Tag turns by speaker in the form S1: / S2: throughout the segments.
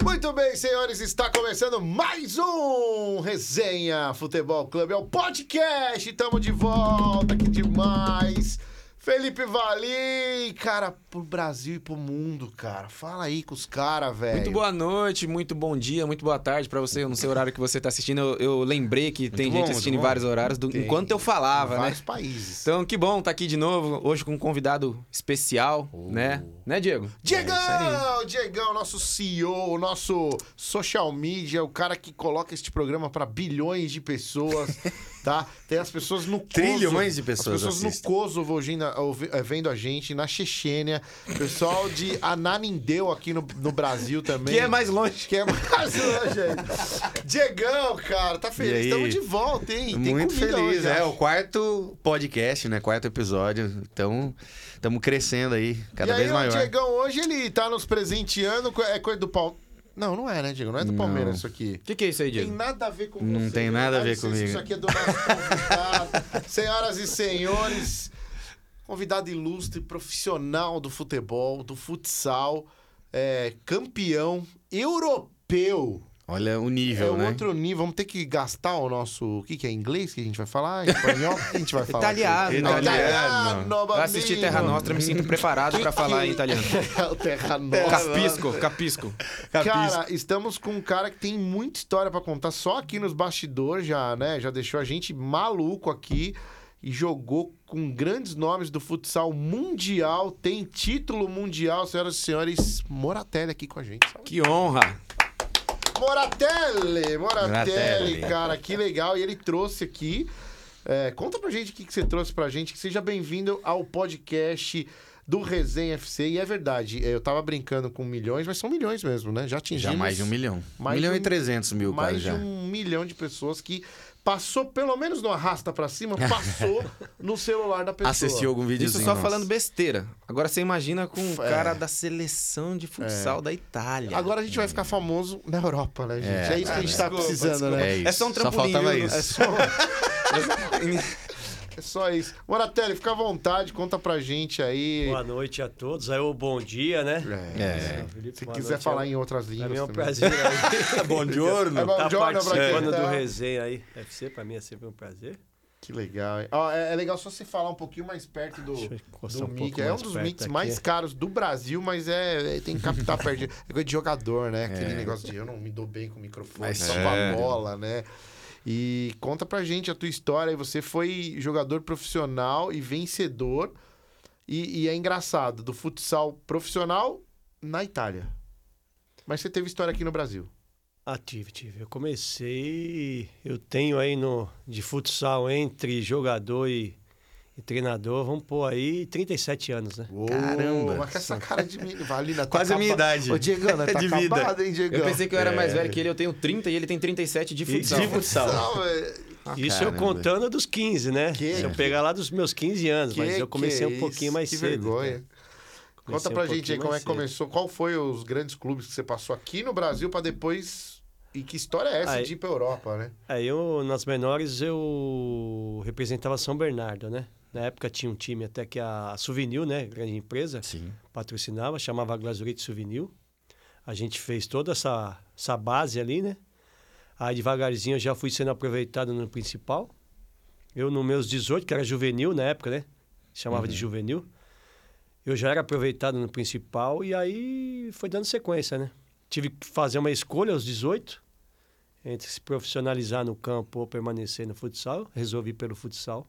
S1: Muito bem, senhores, está começando mais um Resenha Futebol Clube. É o podcast, estamos de volta, que demais. Felipe Valim, cara, pro Brasil e pro mundo, cara. Fala aí com os caras, velho.
S2: Muito boa noite, muito bom dia, muito boa tarde pra você. Eu não sei o horário que você tá assistindo. Eu, eu lembrei que tem
S1: bom,
S2: gente
S1: muito
S2: assistindo em
S1: bom.
S2: vários horários do-
S1: Tem.
S2: enquanto eu falava, né?
S1: Vários países.
S2: Então, que bom tá aqui de novo, hoje com um convidado especial,
S1: Oh.
S2: né? Né, Diego?
S3: É
S1: Diegão! Diegão, nosso CEO, o nosso social media, o cara que coloca este programa pra bilhões de pessoas, tá? Tem as pessoas no Kosovo.
S3: Trilhões de
S1: As
S3: pessoas
S1: pessoas no
S3: assistem.
S1: Kosovo ouvindo, a- ouvi- eh, vendo a gente, na Chechênia, pessoal de Ananindeu aqui no, no Brasil também.
S3: Que é mais longe.
S1: Que é mais longe aí. Diegão, cara, tá
S3: E
S1: feliz.
S3: aí?
S1: Estamos de volta, hein? Tem
S3: Muito
S1: comida
S3: feliz,
S1: hoje,
S3: é.
S1: acho.
S3: O quarto podcast, né? Quarto episódio. Então, estamos crescendo aí, cada
S1: e aí,
S3: vez
S1: é
S3: maior.
S1: o Diegão hoje ele tá nos presenteando. com- É coisa do pau. Não, não é, né, Diego? Não é do
S3: Não.
S1: Palmeiras isso aqui.
S2: O que, que é isso aí,
S1: Tem
S2: Diego?
S1: nada a ver com
S3: Não
S1: você.
S3: tem nada a
S1: Dá
S3: ver
S1: licença,
S3: comigo.
S1: Isso aqui é do nosso convidado. Senhoras e senhores, convidado ilustre, profissional do futebol, do futsal, é, campeão europeu.
S3: Olha o
S1: É
S3: nível, né?
S1: outro nível. Vamos ter que gastar o nosso. O que, que é? Inglês que a gente vai falar? Espanhol? O que a gente vai falar? aqui?
S2: Italiano.
S1: Italiano.
S3: Italiano.
S2: Pra assistir Terra
S1: bambino.
S2: Nostra, me sinto preparado pra falar em italiano.
S1: o é Terra Nostra.
S2: Capisco, capisco.
S3: Capisco.
S1: Cara, estamos com um cara que tem muita história pra contar. Só aqui nos bastidores já, né? Já deixou a gente maluco aqui e jogou com grandes nomes do futsal mundial. Tem título mundial, senhoras e senhores. Moratelli aqui com a gente. Salve.
S2: Que honra.
S1: Moratelli, Moratelli,
S3: Moratelli.
S1: cara, que legal. E ele trouxe aqui. é, conta pra gente o que, que você trouxe pra gente. Que seja bem-vindo ao podcast do Resenha FC. E é verdade, eu tava brincando com milhões, mas são milhões mesmo, né? Já atingimos
S3: Já mais de um milhão.
S1: Mais
S3: milhão
S1: de
S3: e
S1: um-
S3: trezentos mil,
S1: mais
S3: quase
S1: de
S3: já.
S1: um milhão de pessoas que passou, pelo menos no arrasta pra cima, passou no celular da pessoa.
S3: Assistiu algum
S2: Isso
S3: videozinho.
S2: só
S3: nosso.
S2: falando besteira. Agora você imagina com um
S1: É.
S2: cara da seleção de futsal da Itália.
S1: Agora a gente vai ficar famoso na Europa, né, gente? É,
S3: É.
S1: isso que a gente tá
S2: Desculpa,
S1: precisando,
S2: desculpa.
S1: né?
S3: É isso.
S2: É só um
S3: Só
S2: trampolim,
S3: faltava
S2: viu?
S3: isso.
S2: É só...
S1: É só isso. Moratelli, fica à vontade, conta pra gente aí.
S4: Boa noite a todos. Aí o bom dia, né?
S3: É.
S1: Se quiser falar em outras
S4: Pra mim
S1: línguas.
S4: é um
S1: também.
S4: prazer aí.
S3: Tá Bom giorno.
S1: Agora-
S4: tá
S1: Bom giorno pra
S4: participando
S1: quem tá.
S4: do resenha aí. FC, pra mim é sempre um prazer.
S1: Que legal. hein? Ó, é, é legal só você falar um pouquinho mais perto do,
S4: Deixa eu encostar
S1: do
S4: um pouco
S1: mic. É um
S4: mais
S1: dos
S4: perto
S1: mics
S4: aqui.
S1: mais caros do Brasil, mas é, é- tem que captar perto. de- É coisa de jogador, né? Aquele negócio de eu não me dou bem com o microfone,
S3: Mas
S1: só com
S4: é.
S1: a bola, né? E conta pra gente a tua história. Você foi jogador profissional e vencedor. E, e é engraçado, do futsal profissional na Itália. Mas você teve história aqui no Brasil.
S4: Ah, tive, tive. Eu comecei. Eu tenho aí no de futsal entre jogador e, e treinador, vamos pôr aí 37 anos, né?
S3: Caramba.
S1: Mas com essa cara de menino. Valina, tá
S3: Quase a minha
S1: acaba-
S3: idade. É
S1: Ô, Diegana, tá
S3: De vida.
S1: acabado, hein, Diegão?
S2: Eu pensei que eu era mais velho que ele, eu tenho 30 e ele tem 37 de
S4: E
S2: futsal.
S4: de futsal.
S1: Não, é-
S4: Isso eu
S3: caramba.
S4: contando dos 15, né?
S1: Que-
S4: Se eu pegar lá dos meus 15 anos,
S1: Que-
S4: mas eu comecei
S1: que é
S4: um pouquinho
S1: isso,
S4: mais
S1: que
S4: cedo.
S1: vergonha.
S4: né?
S1: Conta
S4: Comecei um
S1: pra gente aí
S4: pouquinho
S1: como é
S4: mais
S1: que
S4: cedo.
S1: começou. Qual foi os grandes clubes que você passou aqui no Brasil pra depois. E que história é essa
S4: Aí-
S1: de ir pra Europa, né?
S4: Aí É, eu, nas menores, eu representava São Bernardo, né? Na época tinha um time até que a Souvenir, né? Grande empresa,
S3: Sim.
S4: patrocinava, chamava Glazurite Souvenir. A gente fez toda essa, essa base ali, né? Aí devagarzinho eu já fui sendo aproveitado no principal. Eu, nos meus 18, que era juvenil na época, né? Chamava de juvenil. Eu já era aproveitado no principal e aí foi dando sequência, né? Tive que fazer uma escolha aos 18 entre se profissionalizar no campo ou permanecer no futsal. Resolvi pelo futsal.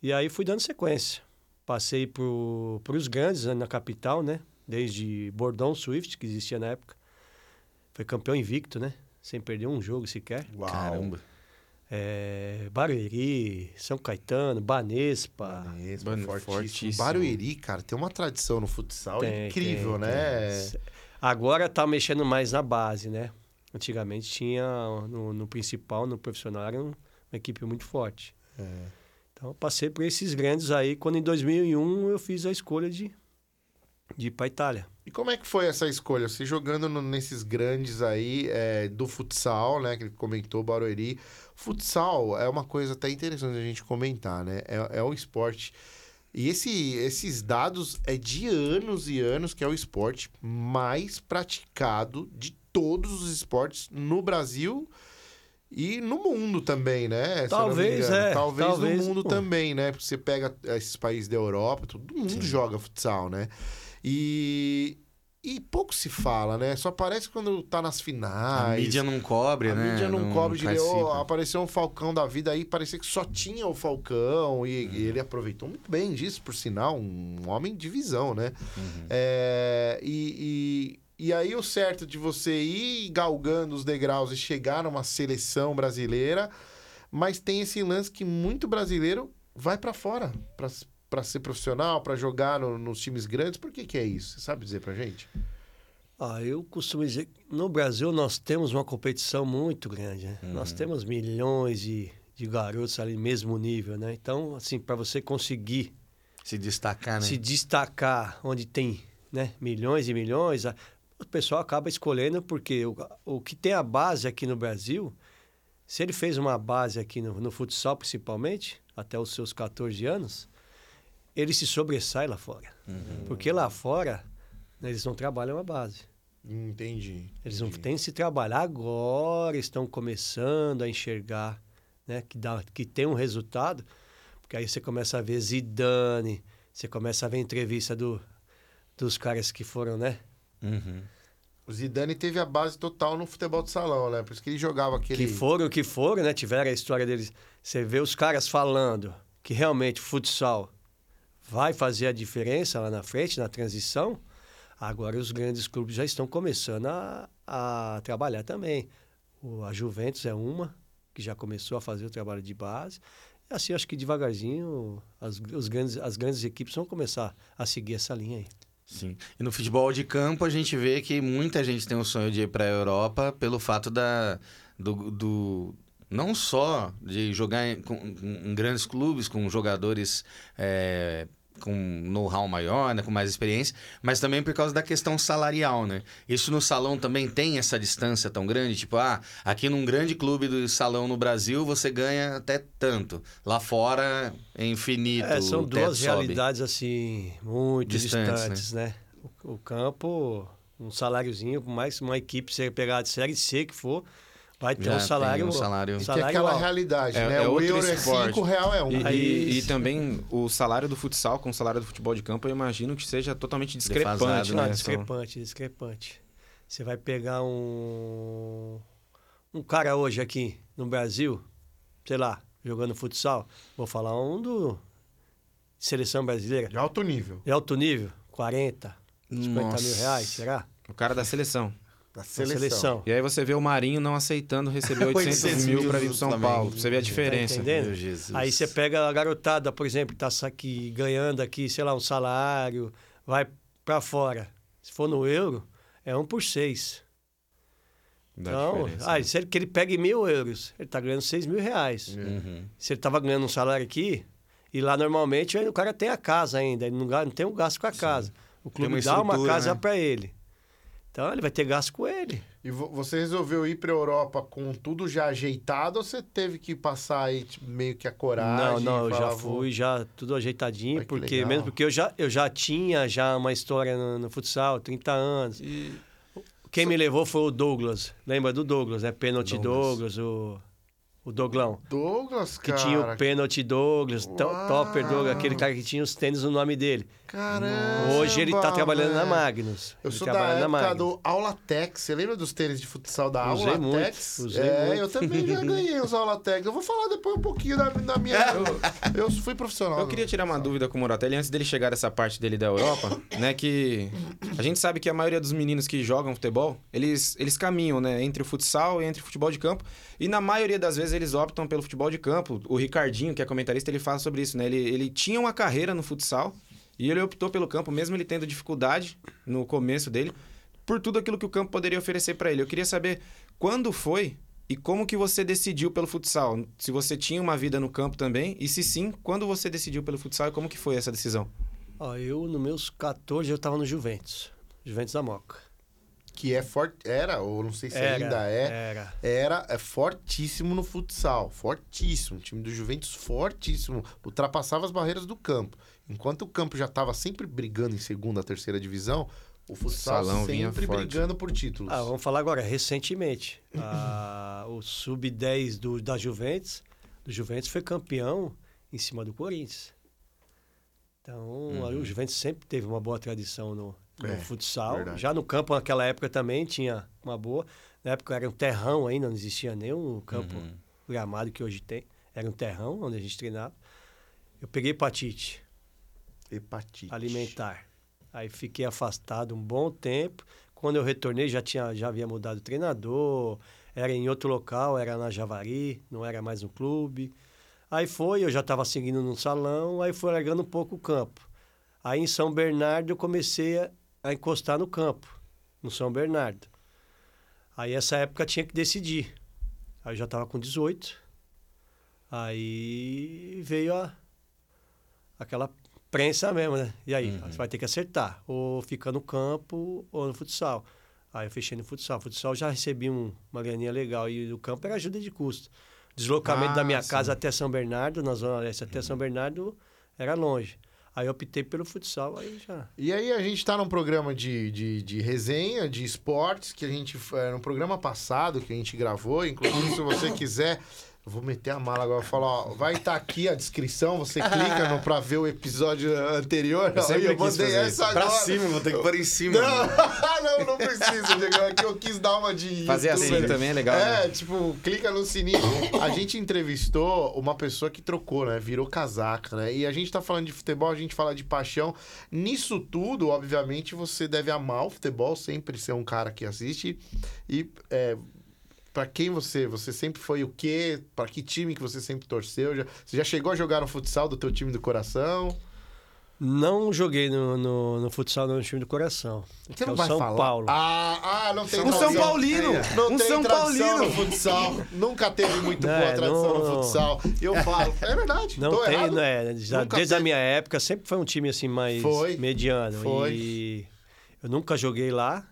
S4: E aí fui dando sequência. Passei para os grandes né, na capital, né? Desde Bordão Swift, que existia na época. Foi campeão invicto, né? Sem perder um jogo sequer.
S1: Uau.
S3: Caramba.
S4: É, Barueri, São Caetano, Banespa.
S1: Banespa,
S2: Mano,
S1: fortíssimo.
S2: fortíssimo.
S1: Barueri, cara, tem uma tradição no futsal
S4: Tem,
S1: incrível,
S4: tem,
S1: né?
S4: tem. Agora tá mexendo mais na base, né? Antigamente tinha no, no principal, no profissional, era um- uma equipe muito forte.
S1: É.
S4: Então eu passei por esses grandes aí. Quando em 2001 eu fiz a escolha de, de ir para Itália.
S1: E como é que foi essa escolha? Você jogando no- nesses grandes aí é, do futsal, né? Que ele comentou, Barueri. Futsal é uma coisa até interessante a gente comentar, né? É, é um esporte. E esse, esses dados é de anos e anos que é o esporte mais praticado de todos os esportes no Brasil e no mundo também, né? Se eu não me
S4: Talvez,
S1: engano.
S4: é.
S1: Talvez,
S4: Talvez,
S1: no mundo
S4: pô.
S1: também, né? Porque você pega esses países da Europa, todo mundo joga futsal, né? E, e pouco se fala, né? Só aparece quando tá nas
S3: A
S1: finais.
S3: mídia não cobre,
S1: Ah, A
S3: né?
S1: mídia não, cobre direito.
S3: classifica.
S1: Ô, Apareceu um Falcão da vida aí, parecia que só tinha o Falcão. E,
S3: É.
S1: e ele aproveitou muito bem disso, por sinal, um homem de visão, né?
S3: Uhum.
S1: É, e, e, e aí o certo de você ir galgando os degraus e chegar numa seleção brasileira, mas tem esse lance que muito brasileiro vai pra fora pra para ser profissional, pra jogar no- nos times grandes. Por que que é isso? Você sabe dizer pra gente?
S4: Ah, eu costumo dizer que no Brasil nós temos uma competição muito grande,
S1: Uhum.
S4: né? Nós temos milhões de, de garotos ali mesmo nível, né? Então, assim, para você conseguir
S3: Se destacar, né?
S4: se destacar onde tem né, milhões e milhões, a- o pessoal acaba escolhendo porque o, o que tem a base aqui no Brasil, se ele fez uma base aqui no, no futsal principalmente, até os seus 14 anos, ele se sobressai lá fora.
S3: Uhum.
S4: Porque lá fora, né, eles não trabalham a base.
S1: Entendi.
S4: Eles não têm que se trabalhar agora, estão começando a enxergar, né? Que, dá, que tem um resultado, porque aí você começa a ver Zidane, você começa a ver entrevista do, dos caras que foram, né?
S3: Uhum.
S1: O Zidane teve a base total no futebol de salão, né? Por isso que ele jogava aquele.
S4: Que foram, que foram, né? Tiveram a história deles. Você vê os caras falando que realmente o futsal vai fazer a diferença lá na frente, na transição. Agora os grandes clubes já estão começando a, a trabalhar também. O, a Juventus é uma que já começou a fazer o trabalho de base. E assim, acho que devagarzinho as, os grandes, as grandes equipes vão começar a seguir essa linha aí.
S3: Sim. E no futebol de campo a gente vê que muita gente tem o sonho de ir para a Europa pelo fato da do, do- não só de jogar em, com- em grandes clubes com jogadores é, com know-how maior, né, com mais experiência, mas também por causa da questão salarial, né? Isso no salão também tem essa distância tão grande, tipo, ah, aqui num grande clube do salão no Brasil você ganha até tanto, lá fora é infinito.
S4: É, são
S3: o teto
S4: duas
S3: sobe.
S4: realidades assim muito
S3: Distantes,
S4: distantes, né? O, o campo, um saláriozinho, por mais que uma equipe se pegar de série C que for, vai ter
S3: Já
S4: um
S3: tem
S4: salário,
S3: um salário. E que
S1: Que é aquela
S4: alto.
S1: realidade,
S2: É-
S1: né?
S2: é
S1: o
S2: outro
S1: euro é
S2: esporte.
S1: 5, o real é 1. Um.
S2: E,
S4: Aí-
S2: e- e também o salário do futsal com o salário do futebol de campo, eu imagino que seja totalmente discrepante,
S3: Defasado,
S2: né?
S4: Ah,
S2: São-
S4: discrepante, discrepante. Você vai pegar um um cara hoje aqui no Brasil, sei lá, jogando futsal, vou falar um do seleção brasileira,
S1: De alto nível.
S4: de alto nível, 40, 50 mil
S3: Nossa.
S4: reais, será?
S2: O cara da seleção.
S1: Na
S4: Na
S1: seleção.
S2: E aí você vê o Marinho não aceitando receber
S3: 800
S2: 800 mil
S3: mil
S2: pra vir
S3: do
S2: pro São
S3: Flamengo.
S2: Paulo. Você
S4: Tá
S2: vê a diferença.
S4: entendendo?
S3: Meu Jesus.
S4: Aí você pega a garotada, por exemplo, que tá sa- aqui ganhando aqui, sei lá, um salário, vai pra fora. Se for no euro, é um por seis.
S2: Dá
S4: então,
S2: diferença,
S4: aí,
S2: né?
S4: se ele, que ele pegue mil euros, ele tá ganhando seis mil reais.
S3: Uhum.
S4: Se ele tava ganhando um salário aqui, e lá normalmente aí o cara tem a casa ainda, ele não, ga- não tem um gasto com a casa. O
S3: Tem
S4: clube
S3: uma
S4: dá uma
S3: estrutura,
S4: casa
S3: né?
S4: pra ele. Então ele vai ter gasto com ele.
S1: E vo- você resolveu ir pra Europa com tudo já ajeitado ou você teve que passar aí tipo, meio que a
S4: Não,
S1: coragem?
S4: não, eu
S1: e falar,
S4: já
S1: "Vou-"
S4: fui, já tudo ajeitadinho,
S1: Ai, que
S4: porque
S1: legal.
S4: mesmo porque eu já, eu já tinha já uma história no, no futsal, 30 anos. Quem me levou foi o Douglas. Lembra do Douglas, né? Pênalti
S3: Douglas.
S4: Douglas, o, o Doglão.
S1: Douglas,
S4: Que
S1: cara.
S4: tinha o pênalti Douglas, to-
S1: Uau!
S4: Topper Douglas, aquele cara que tinha os tênis no nome dele.
S1: Caramba,
S4: Hoje ele tá trabalhando na
S1: velho.
S4: Magnus.
S1: Eu
S4: Ele
S1: sou da
S4: trabalha na
S1: época
S4: Magnus.
S1: do Aulatex. Você lembra dos tênis de futsal da
S4: Usei
S1: Aulatex?
S4: muito, usei
S1: é,
S4: muito.
S1: eu também já ganhei os Aulatex. Eu vou falar depois um pouquinho da, da minha.
S4: É.
S1: Eu, eu fui profissional. né?
S2: Eu queria tirar uma dúvida com o Moratelli antes dele chegar dessa parte dele da Europa, né? Que a gente sabe que a maioria dos meninos que jogam futebol, eles, eles caminham, né? Entre o futsal e entre o futebol de campo. E na maioria das vezes eles optam pelo futebol de campo. O Ricardinho, que é comentarista, ele fala sobre isso, né? Ele, ele tinha uma carreira no futsal e ele optou pelo campo, mesmo ele tendo dificuldade no começo dele, por tudo aquilo que o campo poderia oferecer pra ele. Eu queria saber quando foi e como que você decidiu pelo futsal? Se você tinha uma vida no campo também? E se sim, quando você decidiu pelo futsal e como que foi essa decisão?
S4: Ó, eu, nos meus 14, eu tava no Juventus. Juventus da Moca.
S1: que é forte. Era, ou não sei se
S4: Era,
S1: ainda é.
S4: Era.
S1: Era é fortíssimo no futsal. Fortíssimo. O time do Juventus fortíssimo. Ultrapassava as barreiras do campo. Enquanto o campo já estava sempre brigando em segunda, terceira divisão, o futsal
S2: salão vinha
S1: sempre
S2: forte.
S1: brigando por títulos.
S4: Ah, vamos falar agora, recentemente. Ah, o Sub-10 do- da Juventus, do Juventus foi campeão em cima do Corinthians. Então, o Juventus sempre teve uma boa tradição no, no
S1: Uhum. É,
S4: futsal.
S1: verdade.
S4: Já no campo, naquela época, também tinha uma boa. Na época era um terrão ainda, não existia nem o campo
S1: Uhum.
S4: gramado que hoje tem. Era um terrão onde a gente treinava. Eu peguei hepatite
S1: Hepatite.
S4: alimentar. Aí fiquei afastado um bom tempo. Quando eu retornei, já, tinha, já havia mudado o treinador, era em outro local, era na Javari, não era mais um clube. Aí foi, eu já estava seguindo num salão, aí foi largando um pouco o campo. Aí em São Bernardo eu comecei a, a encostar no campo, no São Bernardo. Aí essa época tinha que decidir. Aí eu já estava com 18. Aí veio a, aquela prensa mesmo, né? E aí, você vai ter que acertar. Ou fica no campo ou no futsal. Aí eu fechei no futsal. Futsal já recebi um- uma graninha legal. E o campo era ajuda de custo. Deslocamento da
S1: Ah,
S4: minha
S1: sim.
S4: casa até São Bernardo, na Zona Leste até São Bernardo, era longe. Aí eu optei pelo futsal, aí já.
S1: E aí a gente tá num programa de, de, de resenha, de esportes, que a gente. é, No programa passado que a gente gravou, inclusive se você quiser. eu Vou meter a mala agora. Eu falo, ó, vai estar aqui a descrição, você clica no, pra ver o episódio anterior.
S2: Eu sempre
S1: Aí eu
S2: quis
S1: mandei
S2: fazer isso.
S1: essa agora.
S3: Pra cima, vou ter que pôr em
S1: Não,
S3: cima.
S1: não, não precisa, Diego. É que eu quis dar uma de.
S2: Fazer assim
S1: youtuber.
S2: também é legal,
S1: É,
S2: né?
S1: tipo, clica no sininho. A gente entrevistou uma pessoa que trocou, né? Virou casaca, né? E a gente tá falando de futebol, a gente fala de paixão. Nisso tudo, obviamente, você deve amar o futebol, sempre ser um cara que assiste. E. É, Pra quem você, você sempre foi o quê? Pra que time que você sempre torceu? Já, você já chegou a jogar no futsal do teu time do coração?
S4: Não joguei no, no, no futsal no time do coração.
S1: Você
S4: É
S1: não
S4: o
S1: vai
S4: São
S1: falar.
S4: Paulo.
S1: Ah, ah, não tem
S2: Um São
S1: tradição.
S2: Paulino!
S1: Não
S2: Um
S1: tem
S2: São
S1: tradição
S2: Paulino!
S1: no futsal. Nunca teve muito
S4: É,
S1: boa tradição
S4: não-
S1: no futsal. Eu falo. É verdade.
S4: Não
S1: tô
S4: tem,
S1: errado.
S4: né? Já
S1: Nunca
S4: desde a
S1: teve.
S4: minha época, sempre foi um time assim mais
S1: Foi,
S4: mediano.
S1: foi.
S4: E eu nunca joguei lá.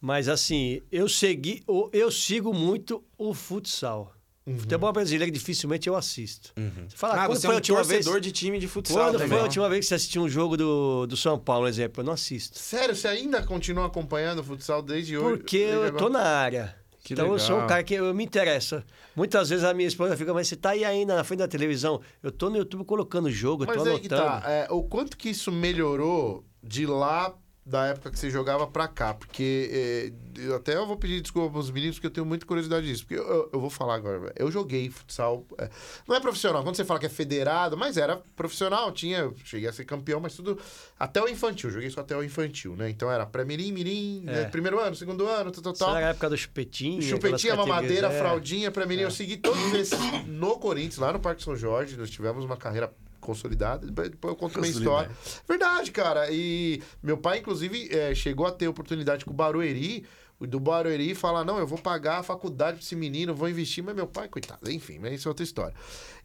S4: Mas assim, eu segui, o- eu sigo muito o futsal.
S1: Uhum.
S4: Futebol brasileiro é dificilmente eu assisto. Você fala,
S2: Ah,
S4: quando
S2: você é
S4: foi a
S2: um
S4: última
S2: torcedor
S4: vez?
S2: de time de futsal
S4: Quando foi
S2: também.
S4: a última vez que você assistiu um jogo do, do São Paulo, por exemplo? Eu não assisto.
S1: Sério, você ainda continua acompanhando o futsal desde hoje?
S4: Porque eu tô na área.
S2: Que
S4: então eu sou um
S2: legal.
S4: cara que eu me interessa. Muitas vezes a minha esposa fica, mas você tá aí ainda na frente da televisão. Eu tô no YouTube colocando jogo, eu tô
S1: Mas aí que
S4: anotando.
S1: tá. é, o quanto que isso melhorou de lá da época que você jogava pra cá? Porque é, eu até eu vou pedir desculpa pros meninos, porque eu tenho muita curiosidade disso. Porque eu- eu, eu vou falar agora. velho. Eu joguei futsal. é, não é profissional. Quando você fala que é federado, mas era profissional. Tinha, eu cheguei a ser campeão, mas tudo... Até o infantil. Joguei só até o infantil, né? Então era pré-mirim, mirim,
S4: É.
S1: né? primeiro ano, segundo ano, tal, tal,
S4: Isso é
S1: tal.
S4: era a época do chupetinho.
S1: Chupetinha,
S4: aquelas
S1: mamadeira,
S4: categorias, é.
S1: fraldinha, pra mim. Eu segui todos esses no Corinthians, lá no Parque São Jorge. Nós tivemos uma carreira consolidada. Depois depois eu conto minha história.
S3: Consolidada.
S1: Verdade, cara. E meu pai, inclusive, eh, chegou a ter oportunidade com o Barueri. o Do Barueri falar, não, eu vou pagar a faculdade pra esse menino, vou investir, mas meu pai, coitado, enfim, mas isso é outra história.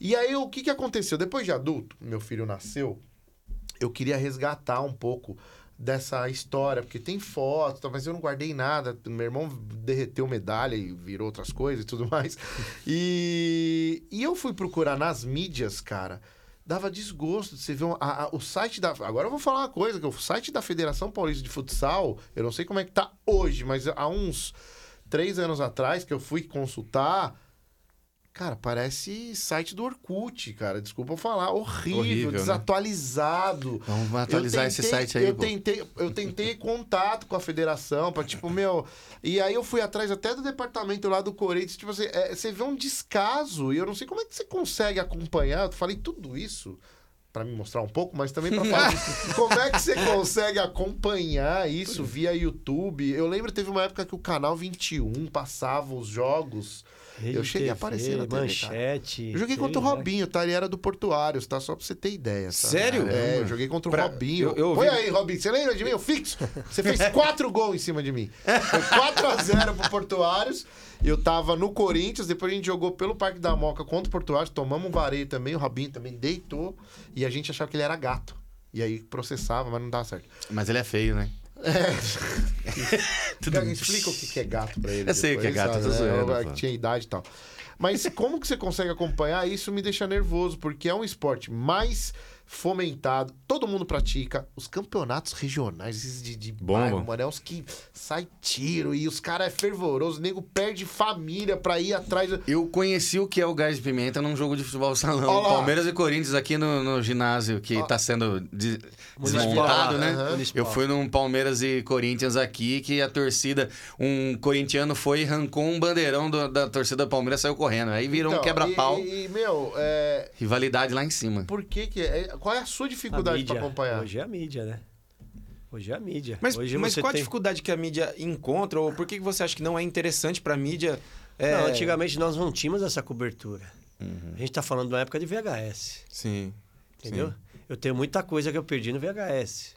S1: E aí, o que, que aconteceu? Depois de adulto, meu filho nasceu, eu queria resgatar um pouco dessa história, porque tem fotos, tá, mas eu não guardei nada. Meu irmão derreteu medalha e virou outras coisas e tudo mais. E, e eu fui procurar nas mídias, cara. Dava desgosto de você ver um- a- a- o site da. Agora eu vou falar uma coisa: que o site da Federação Paulista de Futsal, eu não sei como é que tá hoje, mas há uns três anos atrás que eu fui consultar. Cara, parece site do Orkut, cara. Desculpa eu falar. Horrível,
S2: Horrível, né?
S1: desatualizado.
S3: Vamos
S1: Eu
S3: atualizar esse
S1: tentei-
S3: site aí,
S1: Eu
S3: pô.
S1: tentei, eu tentei contato com a federação para tipo, meu. E aí eu fui atrás até do departamento lá do Corinthians. Tipo assim, é, você vê um descaso e eu não sei como é que você consegue acompanhar. Eu falei tudo isso para me mostrar um pouco, mas também para falar de- como é que você consegue acompanhar isso via YouTube. Eu lembro teve uma época que o canal 21 passava os jogos.
S4: Rede
S1: Eu cheguei a
S4: TV,
S1: aparecer na TV, cara.
S4: Manchete.
S1: Eu joguei contra o
S4: teve, né?
S1: Robinho, tá? Ele era do Portuários, tá? Só pra você ter ideia. tá?
S2: Sério?
S1: É, eu joguei contra o
S2: Pra-
S1: Robinho.
S2: eu- eu
S1: Foi
S2: ouvi-
S1: aí, Robinho. Você lembra de mim? Eu fixo. Você fez quatro gols em cima de mim. Foi 4x0 pro Portuários. Eu tava no Corinthians, depois a gente jogou pelo Parque da Moca contra o Portuários, tomamos um vareio também, o Robinho também deitou. E a gente achava que ele era gato. E aí processava, mas não dava certo.
S3: Mas ele é feio, né?
S1: Cara, Explica o que que é gato pra ele.
S3: Eu sei o que é
S1: depois,
S3: gato,
S1: sabe,
S3: eu tô
S1: né?
S3: zoando,
S1: É,
S3: pô.
S1: Tinha idade e tal. Mas como que você consegue acompanhar? Isso me deixa nervoso, porque é um esporte mais fomentado, todo mundo pratica. Os campeonatos regionais, esses de, de
S2: Bomba.
S1: bairro, mano, é os que sai tiro e os caras é fervoroso, o nego perde família pra ir atrás.
S3: Eu conheci o que é o gás de pimenta num jogo de futebol salão.
S1: Ó lá.
S3: Palmeiras e Corinthians aqui no, no ginásio que está sendo de-
S4: Municipal,
S3: desmontado, né?
S1: aham.
S3: Eu
S4: é
S3: fui num Palmeiras e Corinthians aqui que a torcida, um corintiano foi e arrancou um bandeirão do- da torcida do Palmeiras e saiu correndo. Aí virou
S1: Então,
S3: um quebra-pau.
S1: E, e, meu, é,
S3: Rivalidade lá em cima.
S1: por que que... é- Qual é a sua
S4: A
S1: dificuldade pra
S4: mídia.
S1: acompanhar?
S4: Hoje é a mídia, né? Hoje é a mídia.
S2: Mas,
S4: Hoje
S2: mas
S4: você
S2: qual a
S4: tem-
S2: dificuldade que a mídia encontra? Ou por que que você acha que não é interessante pra mídia? É...
S4: Não, antigamente nós não tínhamos essa cobertura.
S1: Uhum.
S4: A gente tá falando de uma época de VHS,
S2: Sim.
S4: entendeu? Eu tenho muita coisa que eu perdi no VHS.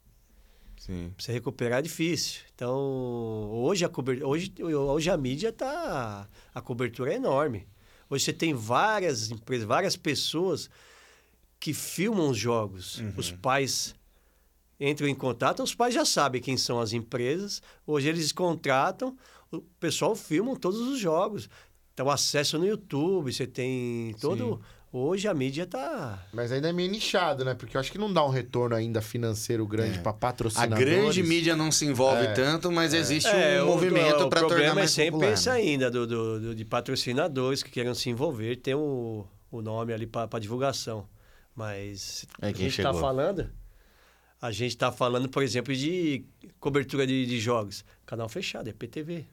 S2: Sim.
S4: Pra você recuperar é difícil. Então, hoje a, cober... hoje, hoje a mídia tá. A cobertura é enorme. Hoje você tem várias empresas, várias pessoas que filmam os jogos. Os pais entram em contato, os pais já sabem quem são as empresas. Hoje eles contratam, o pessoal filma todos os jogos. Então, acesso no YouTube, você tem todo. Hoje a mídia tá.
S1: Mas ainda é meio nichado, né? Porque eu acho que não dá um retorno ainda financeiro grande pra
S3: É. A
S1: patrocinadores.
S3: grande mídia não se envolve
S1: É.
S3: tanto, mas existe
S4: É,
S3: um
S4: o-
S3: movimento
S4: o
S3: para tornar
S4: problema
S3: mais
S4: é sempre
S3: popular. né?
S4: esse ainda, do, do- do- de patrocinadores que queiram se envolver, tem o, o nome ali para divulgação. Mas
S3: É
S4: a
S3: quem
S4: gente está
S3: chegou.
S4: falando, a gente está falando, por exemplo, de cobertura de, de jogos. Canal fechado, é PTV,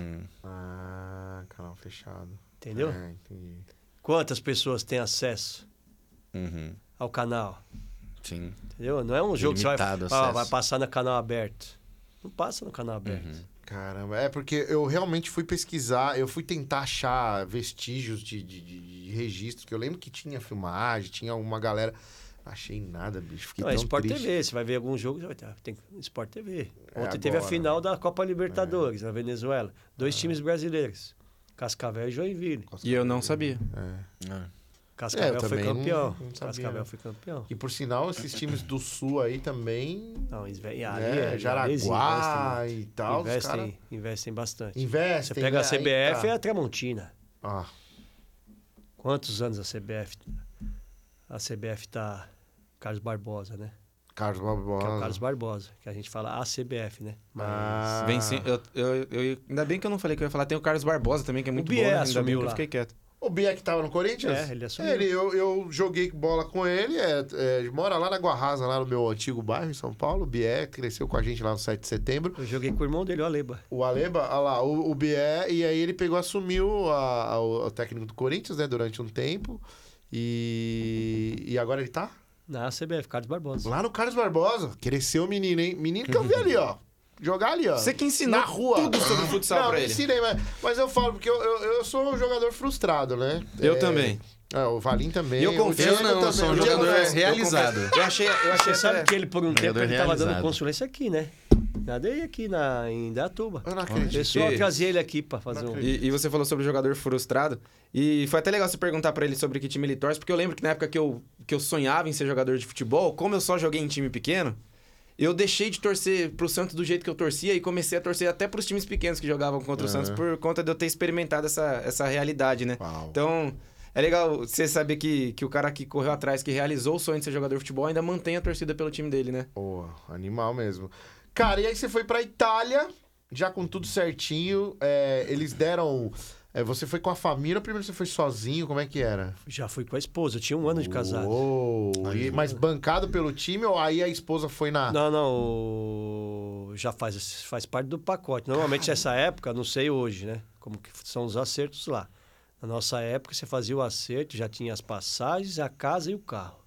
S3: Hum,
S1: Ah, canal fechado.
S4: entendeu?
S1: É, entendi.
S4: Quantas pessoas têm acesso
S3: Uhum,
S4: ao canal,
S3: sim.
S4: entendeu? Não é um jogo que você vai,
S3: Limitado
S4: ah,
S3: acesso.
S4: vai passar no canal aberto. Não passa no canal aberto.
S3: Uhum.
S1: Caramba, é porque eu realmente fui pesquisar, eu fui tentar achar vestígios de, de, de- de registros, que eu lembro que tinha filmagem, tinha uma galera. Não achei nada, bicho. Fiquei
S4: Não, é
S1: tão
S4: Sport
S1: triste.
S4: TV. Você vai ver algum jogo, você vai ter, tem Sport TV.
S1: É
S4: Ontem teve a
S1: agora, É.
S4: final da Copa Libertadores na Venezuela. Dois times brasileiros. Cascavel e Joinville.
S2: E eu não sabia.
S1: É, eu
S4: Cascavel foi
S1: também não-
S4: campeão.
S1: não sabia,
S4: Cascavel
S1: né?
S4: foi campeão.
S1: E por sinal, esses times do sul aí também.
S4: Não, eles ve- e ali,
S1: né,
S4: ali
S1: Jaraguá
S4: investem,
S1: e tal. os
S4: investem,
S1: cara
S4: investem bastante.
S1: investem.
S4: Você pega a
S1: né, aí
S4: CBF
S1: tá.
S4: é a Tramontina.
S1: Ah,
S4: Quantos anos a CBF? A CBF tá. Carlos Barbosa, né?
S1: Carlos
S4: Que é
S1: Barbosa.
S4: o Carlos Barbosa, que a gente fala a CBF, né?
S1: Ah.
S2: Vem sim. Eu, eu- eu- ainda bem que eu não falei que eu ia falar. Tem o Carlos Barbosa também, que é muito bom.
S4: Biel
S2: né? Ainda
S4: assumiu
S2: bem que eu
S4: lá.
S2: fiquei quieto.
S1: O Bia que tava no Corinthians?
S4: É, ele assumiu.
S1: Ele, eu, eu joguei bola com ele, é, é, mora lá na Guarrasa, lá no meu antigo bairro, em São Paulo. O Bié cresceu com a gente lá no 7 de setembro.
S4: Eu joguei com o irmão dele, o Aleba.
S1: O Aleba, olha lá, o, o Bié, e aí ele pegou, assumiu a, a- o técnico do Corinthians, né, durante um tempo. E, e agora ele tá
S4: Na CBF, Carlos Barbosa.
S1: lá no Carlos Barbosa. Cresceu o menino, hein? Menino que eu vi ali, ó. Jogar ali, ó.
S2: Você que ensinou
S1: na rua.
S2: tudo sobre futsal
S1: Não,
S2: pra
S1: eu
S2: ele.
S1: ensinei, mas, mas eu falo, porque eu, eu, eu sou um jogador frustrado, né?
S2: Eu
S1: É,
S2: também.
S1: É, o Valim também.
S2: E eu
S1: o
S2: confesso-
S1: Diego
S3: Eu não,
S1: também,
S3: sou um
S1: o Diego
S3: jogador
S1: também.
S3: realizado.
S2: Eu achei, eu achei
S4: Você sabe
S2: até-
S4: que ele, por um tempo,
S3: Jogador
S4: ele estava
S3: realizado.
S4: dando consulência aqui, né? Nada aí aqui na, em Datuba.
S1: Eu não
S4: O
S1: acredito.
S4: pessoal
S2: Que-
S4: trazia ele aqui pra fazer um.
S2: E, e você falou sobre o jogador frustrado. E foi até legal você perguntar pra ele sobre que time ele torce, porque eu lembro que na época que eu, que eu sonhava em ser jogador de futebol, como eu só joguei em time pequeno, eu deixei de torcer pro Santos do jeito que eu torcia e comecei a torcer até pros times pequenos que jogavam contra o Santos por conta de eu ter experimentado essa, essa realidade, né?
S1: Uau.
S2: Então, é legal você saber que, que o cara que correu atrás, que realizou o sonho de ser jogador de futebol, ainda mantém a torcida pelo time dele, né?
S1: Pô, animal mesmo. Cara, e aí você foi pra Itália, já com tudo certinho. é, eles deram. é, você foi com a família ou primeiro você foi sozinho? Como é que era?
S4: Já fui com a esposa, eu tinha um ano de casado.
S1: Uou, e- mas bancado pelo time ou aí a esposa foi na.
S4: Não, não, o- já faz, faz parte do pacote. Normalmente, nessa época, não sei hoje, né? Como que são os acertos lá. Na nossa época, você fazia o acerto, já tinha as passagens, a casa e o carro.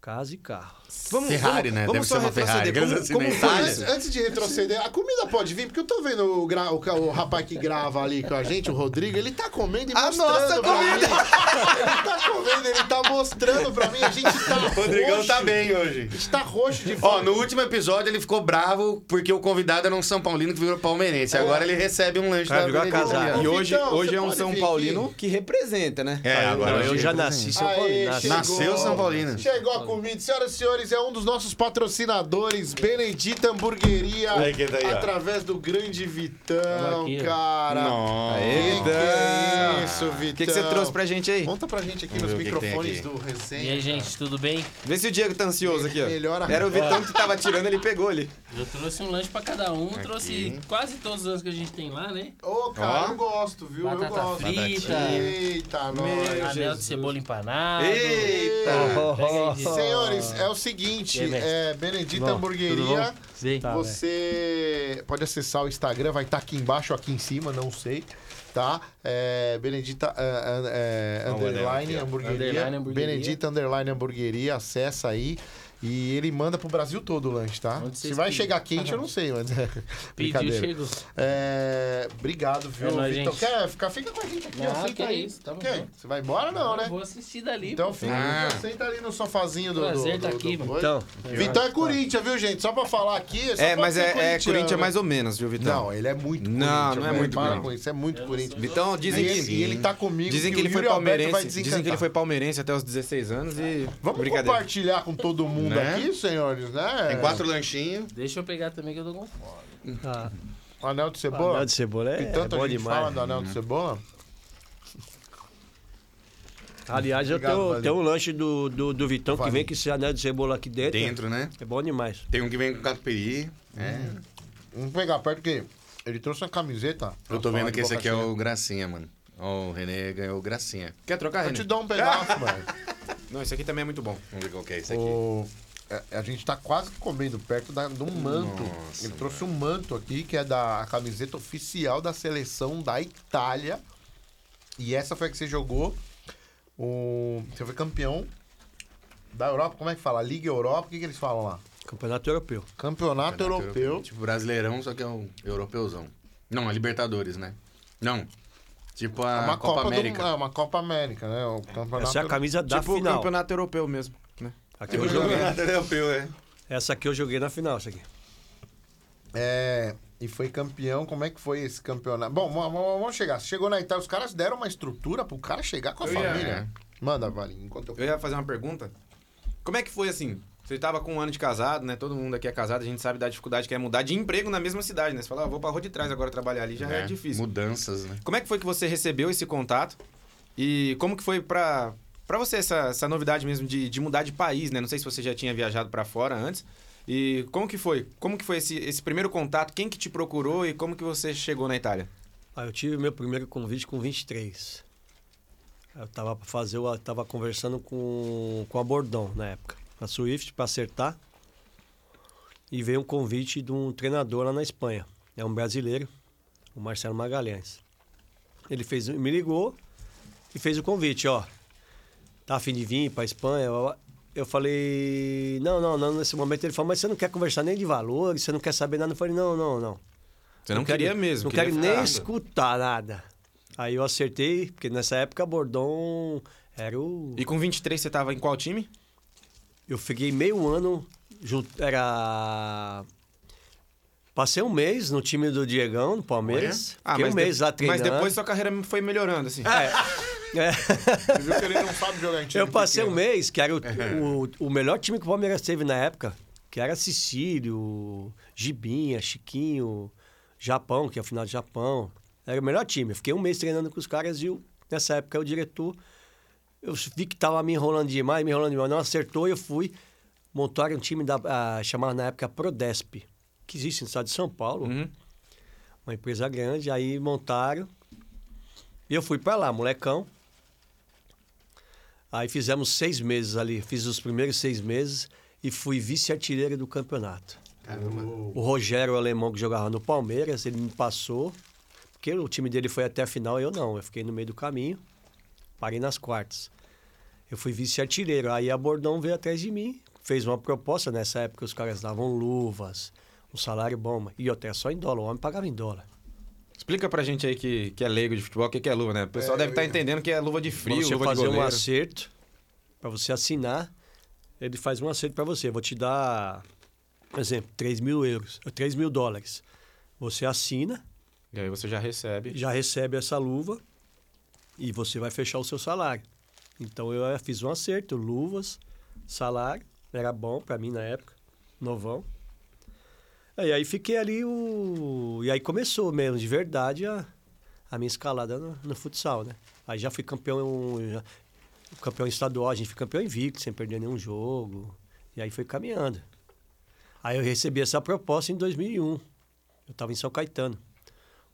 S4: Casa e carro.
S2: Vamos,
S3: Ferrari, né? Deve ser uma
S2: retroceder.
S3: Ferrari.
S2: Como-
S3: Assim,
S2: Como,
S3: na
S2: foi
S3: Itália.
S2: isso?
S1: Antes, antes de retroceder, a comida pode vir, porque eu tô vendo o, gra- o ca- o rapaz que grava ali com a gente, o Rodrigo, ele tá comendo e
S2: A
S1: mostrando
S2: nossa
S1: pra mim. Ele tá comendo, ele tá mostrando pra mim, a gente tá
S3: O Rodrigão
S1: roxo,
S3: tá bem hoje.
S1: A gente tá roxo de
S3: Ó,
S1: fome.
S3: no último episódio ele ficou bravo porque o convidado era um São Paulino que virou palmeirense. Agora ele recebe um lanche
S4: Cara,
S3: da
S4: virou a
S3: Avenida
S4: casa.
S3: Italiana.
S2: E hoje,
S1: Vitão,
S2: hoje
S1: Então, você
S2: é um
S1: pode
S2: São
S1: vir
S2: Paulino
S1: aqui?
S2: que representa, né?
S3: É, agora
S4: Não, eu
S3: hoje
S4: já
S3: representa.
S4: nasci São
S1: Aí,
S4: Paulino.
S1: chegou.
S4: nasci.
S3: Nasceu São Paulino.
S1: Chegou a comida. Senhoras e senhores, é um dos nossos patrocinadores, Benedita Hamburgueria,
S5: Olha quem tá aí, ó.
S1: através do grande
S4: Olha
S1: Vitão,
S4: aqui, ó.
S1: cara.
S5: Nossa.
S1: Que que é
S2: Eita.
S1: isso, Vitão?
S2: O que, que você trouxe pra gente aí?
S1: Conta pra gente aqui
S3: Vamos
S1: nos
S3: ver o que que tem
S1: microfones
S3: aqui.
S1: do Resenha.
S6: E aí, gente, tudo bem?
S2: Vê se o Diego tá ansioso aqui, ó.
S1: Melhor a-
S2: Era o Vitão que tava tirando, ele pegou ali.
S6: Eu trouxe um lanche pra cada um, trouxe quase todos os lanches que a gente tem lá, né?
S1: Ô, cara, eu gosto, viu? eu
S6: Batata
S1: gosto.
S6: frita.
S1: Eita,
S6: Anel
S1: nós.
S6: de cebola empanado. Né,
S2: Eita!
S1: Senhores, é o seguinte,
S6: E aí, mestre?
S1: é Benedita
S6: Bom, tudo
S1: Hamburgueria.
S6: bom? Sim.
S4: Tá,
S1: você pode acessar o Instagram, vai estar aqui embaixo, aqui em cima, não sei. Tá? É, Benedita ah, ah, é,
S5: Olha o anel
S1: Underline
S5: aqui, ó.
S1: Hamburgueria.
S6: Underline Hamburgueria.
S1: Benedita Underline Hamburgueria, acessa aí. E ele manda pro Brasil todo o lanche, tá?
S6: Onde
S1: Se
S6: vocês
S1: vai
S6: pedem.
S1: chegar quente, eu não sei, mas.
S6: Pediu,
S1: brincadeira.
S6: chegou.
S1: É, obrigado, viu,
S6: É nóis,
S1: Vitor?
S6: gente.
S1: Quer ficar? Fica com a gente aqui,
S6: Não,
S1: ó.
S6: que é
S1: Senta aí.
S6: isso, tamo
S1: Quê?
S6: junto.
S1: Você vai embora, não, né?
S6: Eu Vou assistir dali.
S1: Então fica,
S3: Ah.
S1: senta ali no sofazinho do.
S6: Prazer
S1: do,
S6: tá
S1: do-
S6: aqui,
S1: do-
S6: mano.
S4: Então,
S1: Vitão é Corinthians, viu, gente? Só pra falar aqui. só
S2: É,
S1: pra
S2: mas
S1: ser
S2: é, é
S1: corintiano,
S2: Corinthians
S1: né?
S2: mais ou menos, viu, Vitão?
S1: Não, ele é muito
S2: Não,
S1: Corinthians,
S2: não é
S1: velho.
S2: muito
S1: Para
S2: Corinthians.
S1: com isso, é muito Corinthians.
S2: Vitão, dizem
S1: Esse-
S2: que.
S1: e ele tá comigo.
S2: Dizem
S1: o
S2: que ele foi
S1: Yuri Alberto vai
S2: palmeirense. Dizem que ele
S1: desencantar.
S2: foi palmeirense até os 16 anos e.
S1: Vamos
S2: Brincadeira.
S1: compartilhar com todo mundo
S3: Né?
S1: aqui, senhores, né?
S3: Tem quatro lanchinhos.
S6: Deixa eu pegar também que eu tô com fome.
S4: ah,
S1: Anel de cebola.
S4: anel de cebola é,
S1: Tem
S4: é
S1: tanta
S4: bom
S1: gente
S4: demais.
S1: fala do
S2: né?
S1: anel de cebola.
S4: Aliás, eu
S1: Obrigado,
S4: tenho,
S1: valeu.
S4: tenho um lanche do, do, do Vitão que
S1: Valeu.
S4: vem com esse anel de cebola aqui dentro.
S3: Dentro, né?
S4: É bom demais.
S3: Tem um que vem com catupiry.
S2: Hum.
S3: É.
S1: Vamos pegar perto que ele trouxe uma camiseta.
S3: Eu
S1: Pra
S3: tô
S1: falar
S3: vendo
S1: de
S3: que esse
S1: Boca
S3: aqui é
S1: Senior.
S3: o Gracinha, mano. Ó, o René ganhou o Gracinha.
S2: Quer trocar,
S1: Eu te
S2: Renan?
S1: dou um pedaço, mano.
S2: Não, isso aqui também é muito bom.
S3: Vamos ver qual que é esse aqui.
S1: O- é- A gente tá quase comendo perto da, de um manto.
S3: Nossa,
S1: Ele trouxe um manto aqui, que é da a camiseta oficial da seleção da Itália. E essa foi a que você jogou. O, você foi campeão da Europa. Como é que fala? Liga Europa. O que, que eles falam lá?
S4: Campeonato Europeu.
S1: Campeonato, Europeu.
S3: Tipo, brasileirão, só que é um europeuzão. Não, a Libertadores, né? Não. Tipo a
S1: É uma
S3: Copa,
S1: Copa, do-
S3: América.
S1: é uma Copa América, né? O campeonato
S4: Essa é a camisa da
S2: tipo o
S4: final.
S2: campeonato europeu mesmo. Né?
S4: A que eu joguei.
S3: europeu, é.
S4: Essa aqui eu joguei na final, essa aqui.
S1: É, e foi campeão. Como é que foi esse campeonato? Bom, vamos- vamos vamos chegar. Chegou na Itália, os caras deram uma estrutura pro cara chegar com a
S2: Eu ia- é.
S1: família. Manda, Vale, enquanto eu...
S2: Eu ia fazer uma pergunta. Como é que foi assim? Você tava com um ano de casado, né? Todo mundo aqui é casado, a gente sabe da dificuldade que é mudar de emprego na mesma cidade, né? Você fala, ah, vou pra rua de trás agora trabalhar ali, já é,
S3: É,
S2: difícil.
S3: Mudanças, né?
S2: Como é que foi que você recebeu esse contato? E como que foi pra, pra você essa, essa novidade mesmo de, de mudar de país, né? Não sei se você já tinha viajado pra fora antes. E como que foi? Como que foi esse, esse primeiro contato? Quem que te procurou e como que você chegou na Itália?
S4: Aí eu tive meu primeiro convite com 23. Aí Eu tava pra fazer, eu tava conversando com, com a Bordão na época, a Swift para acertar. E veio um convite de um treinador lá na Espanha. É um brasileiro, o Marcelo Magalhães. Ele fez, me ligou e fez o convite, ó. Tá afim de vir pra Espanha? Eu- Eu falei, não, não, não, nesse momento ele falou, mas você não quer conversar nem de valores, você não quer saber nada. Eu falei, não, não, não.
S2: Você não,
S4: quero-
S2: queria mesmo.
S4: Não
S2: queria
S4: quero
S2: ficar.
S4: nem escutar nada. Aí eu acertei, porque nessa época Bordon era o.
S2: E com 23 você tava em qual time?
S4: Eu fiquei meio ano junto. Era. Passei um mês no time do Diegão, no Palmeiras. fiquei um
S2: de-
S4: mês
S2: É?
S4: lá
S2: Ah, mas
S4: treinando.
S2: depois sua carreira foi melhorando, assim.
S4: É.
S1: Você viu que ele não sabe jogar em time
S2: né,
S4: Eu passei um
S1: pequeno.
S4: mês que era o, o, o melhor time que o Palmeiras teve na época, que era Sicílio, Gibinha, Chiquinho, Japão, que é o final de Japão. Era o melhor time. Eu fiquei um mês treinando com os caras e o- nessa época o diretor, eu vi que tava me enrolando demais, me enrolando demais. Não acertou e eu fui. Montaram um time da, ah, chamava na época Prodesp, que existe no estado de São Paulo.
S2: Uhum.
S4: Uma empresa grande, aí montaram. E eu fui pra lá, molecão. Aí fizemos seis meses ali, fiz os primeiros seis meses e fui vice-artilheiro do campeonato. O Rogério, o alemão que jogava no Palmeiras, ele me passou, porque o time dele foi até a final, eu não, eu fiquei no meio do caminho, parei nas quartas. Eu fui vice-artilheiro, aí a Bordão veio atrás de mim, fez uma proposta, nessa época os caras davam luvas, um salário bom, mas- e até só em dólar, o homem pagava em dólar.
S2: Explica pra gente aí que, que é leigo de futebol, o que, que é luva, né? O pessoal deve estar entendendo que é luva de
S4: Pra
S2: frio,
S4: você
S2: luva de
S4: fazer um
S2: goleiro.
S4: acerto, para você assinar, ele faz um acerto para você. Eu Vou te dar, por exemplo, 3 mil euros, 3 mil dólares. Você assina,
S2: E aí você já recebe.
S4: já recebe essa luva e você vai fechar o seu salário. Então eu fiz um acerto, luvas, salário, era bom pra mim na época, novão. É, E aí fiquei ali o. E aí começou mesmo, de verdade, a, a minha escalada no, no futsal, né? Aí já fui campeão. já- campeão estadual, a gente foi campeão invicto, sem perder nenhum jogo. E aí foi caminhando. Aí eu recebi essa proposta em 2001. Eu estava em São Caetano.